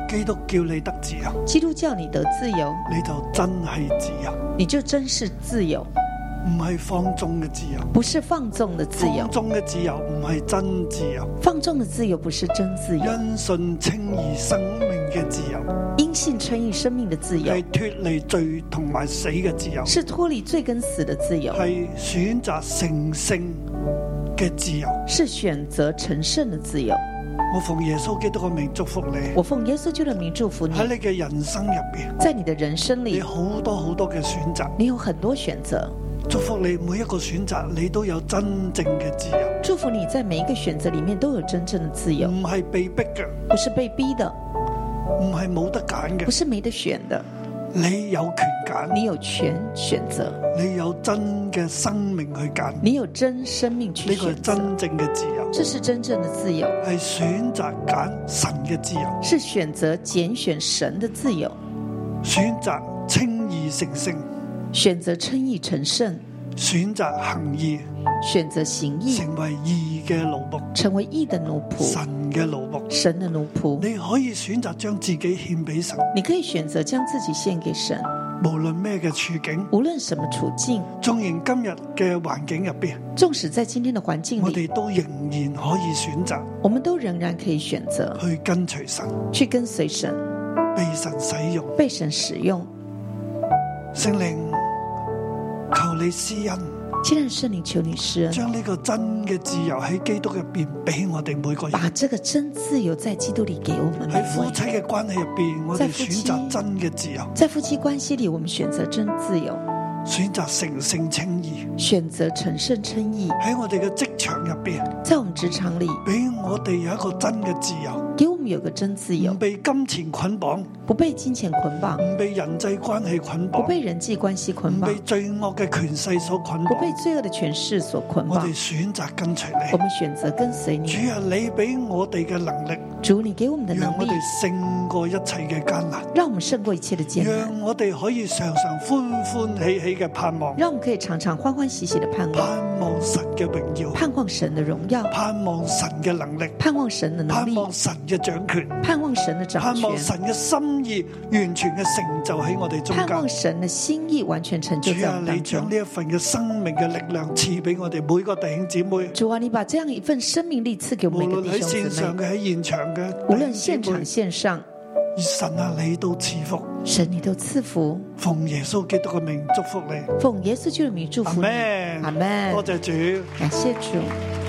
[SPEAKER 2] 基督叫你得自由，
[SPEAKER 3] 基督叫你得自由，
[SPEAKER 2] 你就真係自由，
[SPEAKER 3] 你就真是自由，
[SPEAKER 2] 唔係放縱嘅自由。
[SPEAKER 3] 不是放纵的自由
[SPEAKER 2] 放。縱嘅自由唔係真自由，
[SPEAKER 3] 放纵的自由不是真自由，
[SPEAKER 2] 因信稱義生命嘅自由
[SPEAKER 3] 因信称义生命的自由
[SPEAKER 2] 係脱離罪同埋死嘅自由，
[SPEAKER 3] 是脱离罪跟死的自由，
[SPEAKER 2] 係選擇成聖嘅自由。
[SPEAKER 3] 是选择成圣的自由。
[SPEAKER 2] 我奉耶穌基督嘅名祝福你，
[SPEAKER 3] 我奉耶稣基督的名祝福你
[SPEAKER 2] 喺，你嘅人生入面，
[SPEAKER 3] 在你的人生
[SPEAKER 2] 你
[SPEAKER 3] 里，
[SPEAKER 2] 好多好多嘅選擇。
[SPEAKER 3] 你有很多选择。
[SPEAKER 2] 祝福你每一個選擇，你都有真正嘅自由，
[SPEAKER 3] 祝福你在每一个选择里面都有真正的自由，
[SPEAKER 2] 唔係被逼嘅，
[SPEAKER 3] 不是被逼的，
[SPEAKER 2] 唔係冇得揀
[SPEAKER 3] 不
[SPEAKER 2] 嘅，
[SPEAKER 3] 是没得选的，
[SPEAKER 2] 你有權揀，
[SPEAKER 3] 你有权选择，
[SPEAKER 2] 你有真嘅生命去揀，呢
[SPEAKER 3] 你有真生命去
[SPEAKER 2] 個係
[SPEAKER 3] 选择，
[SPEAKER 2] 真正嘅自由，
[SPEAKER 3] 这是真正的自由，
[SPEAKER 2] 係選擇揀神嘅自由，
[SPEAKER 3] 是选择拣选神的自由，
[SPEAKER 2] 選擇清義成聖，
[SPEAKER 3] 选择称义成圣，
[SPEAKER 2] 選擇行義，
[SPEAKER 3] 选择行义，
[SPEAKER 2] 成為義嘅奴仆，
[SPEAKER 3] 成为义的奴仆，
[SPEAKER 2] 神嘅奴仆。
[SPEAKER 3] 神的奴仆。
[SPEAKER 2] 你可以選擇將自己獻俾神，
[SPEAKER 3] 你可以选择将自己献给神，
[SPEAKER 2] 無論咩嘅處境，
[SPEAKER 3] 无论什么处境，
[SPEAKER 2] 縱然今日嘅環境入邊，
[SPEAKER 3] 纵使在今天的环境
[SPEAKER 2] 我
[SPEAKER 3] 里，
[SPEAKER 2] 哋都仍然可以選擇
[SPEAKER 3] 我们都仍然可以选择
[SPEAKER 2] 去跟隨神，
[SPEAKER 3] 去跟随神，
[SPEAKER 2] 被神使用。
[SPEAKER 3] 被神使用。
[SPEAKER 2] 聖靈，求你施恩，
[SPEAKER 3] 既然圣灵求你施恩，
[SPEAKER 2] 將呢個真嘅自由喺基督入邊俾我哋每個人。
[SPEAKER 3] 把这个真自由在基督里给我们每
[SPEAKER 2] 喺
[SPEAKER 3] 一
[SPEAKER 2] 哎夫
[SPEAKER 3] 位
[SPEAKER 2] 妻。嘅關係入邊，我哋
[SPEAKER 3] 在夫妻
[SPEAKER 2] 選擇真嘅自由，
[SPEAKER 3] 在夫妻关系里，我们选择真自由，
[SPEAKER 2] 選擇誠性稱義。
[SPEAKER 3] 选择诚圣称义。
[SPEAKER 2] 喺我哋嘅職場入邊，
[SPEAKER 3] 在我们职场里，
[SPEAKER 2] 俾我哋有一個真嘅自由，
[SPEAKER 3] 给我们有个真自由
[SPEAKER 2] 唔，被金錢捆綁，
[SPEAKER 3] 不被金钱捆绑，
[SPEAKER 2] 唔被人際關係捆
[SPEAKER 3] 不
[SPEAKER 2] 綁，
[SPEAKER 3] 被人际关系捆
[SPEAKER 2] 唔
[SPEAKER 3] 绑
[SPEAKER 2] 被，罪惡嘅權勢所捆
[SPEAKER 3] 不被
[SPEAKER 2] 綁。
[SPEAKER 3] 罪恶的权势所捆
[SPEAKER 2] 我
[SPEAKER 3] 绑
[SPEAKER 2] 哋。選擇跟隨
[SPEAKER 3] 我
[SPEAKER 2] 你，
[SPEAKER 3] 们选择跟随你，
[SPEAKER 2] 主啊，你俾我哋嘅能力，
[SPEAKER 3] 主，你给我们的
[SPEAKER 2] 讓
[SPEAKER 3] 能
[SPEAKER 2] 我
[SPEAKER 3] 力
[SPEAKER 2] 哋，勝過一切嘅艱難。
[SPEAKER 3] 让我们胜过一切的艰难，
[SPEAKER 2] 让我哋可以常常欢欢喜喜嘅盼望，
[SPEAKER 3] 让我们可以常常欢欢喜喜的盼望，
[SPEAKER 2] 盼望神嘅荣耀，
[SPEAKER 3] 盼望神的荣耀，
[SPEAKER 2] 盼望神嘅能力，
[SPEAKER 3] 盼望神的能
[SPEAKER 2] 盼
[SPEAKER 3] 力，
[SPEAKER 2] 望神嘅掌权，
[SPEAKER 3] 盼望神的掌
[SPEAKER 2] 盼望
[SPEAKER 3] 权，
[SPEAKER 2] 神嘅心意完全嘅成就喺我哋中
[SPEAKER 3] 盼望
[SPEAKER 2] 间。
[SPEAKER 3] 神的心意完全成就
[SPEAKER 2] 主
[SPEAKER 3] 在我
[SPEAKER 2] 啊，
[SPEAKER 3] 们
[SPEAKER 2] 你
[SPEAKER 3] 当
[SPEAKER 2] 将
[SPEAKER 3] 中
[SPEAKER 2] 呢。一份嘅生命嘅力量赐俾我哋每个弟兄姊妹，
[SPEAKER 3] 主啊，你把这样一份生命力赐给我
[SPEAKER 2] 无
[SPEAKER 3] 们每个
[SPEAKER 2] 论喺
[SPEAKER 3] 弟兄
[SPEAKER 2] 线
[SPEAKER 3] 姊
[SPEAKER 2] 上
[SPEAKER 3] 妹，
[SPEAKER 2] 嘅喺现场嘅，
[SPEAKER 3] 无论现场
[SPEAKER 2] 弟兄
[SPEAKER 3] 线上，
[SPEAKER 2] 姊妹神啊，你都赐福，
[SPEAKER 3] 神你都赐福，
[SPEAKER 2] 奉耶稣基督嘅名祝福你。
[SPEAKER 3] 奉耶稣基督的名祝
[SPEAKER 2] 阿
[SPEAKER 3] 福你，
[SPEAKER 2] 门，
[SPEAKER 3] 阿门。
[SPEAKER 2] 多谢主。
[SPEAKER 3] 感谢主。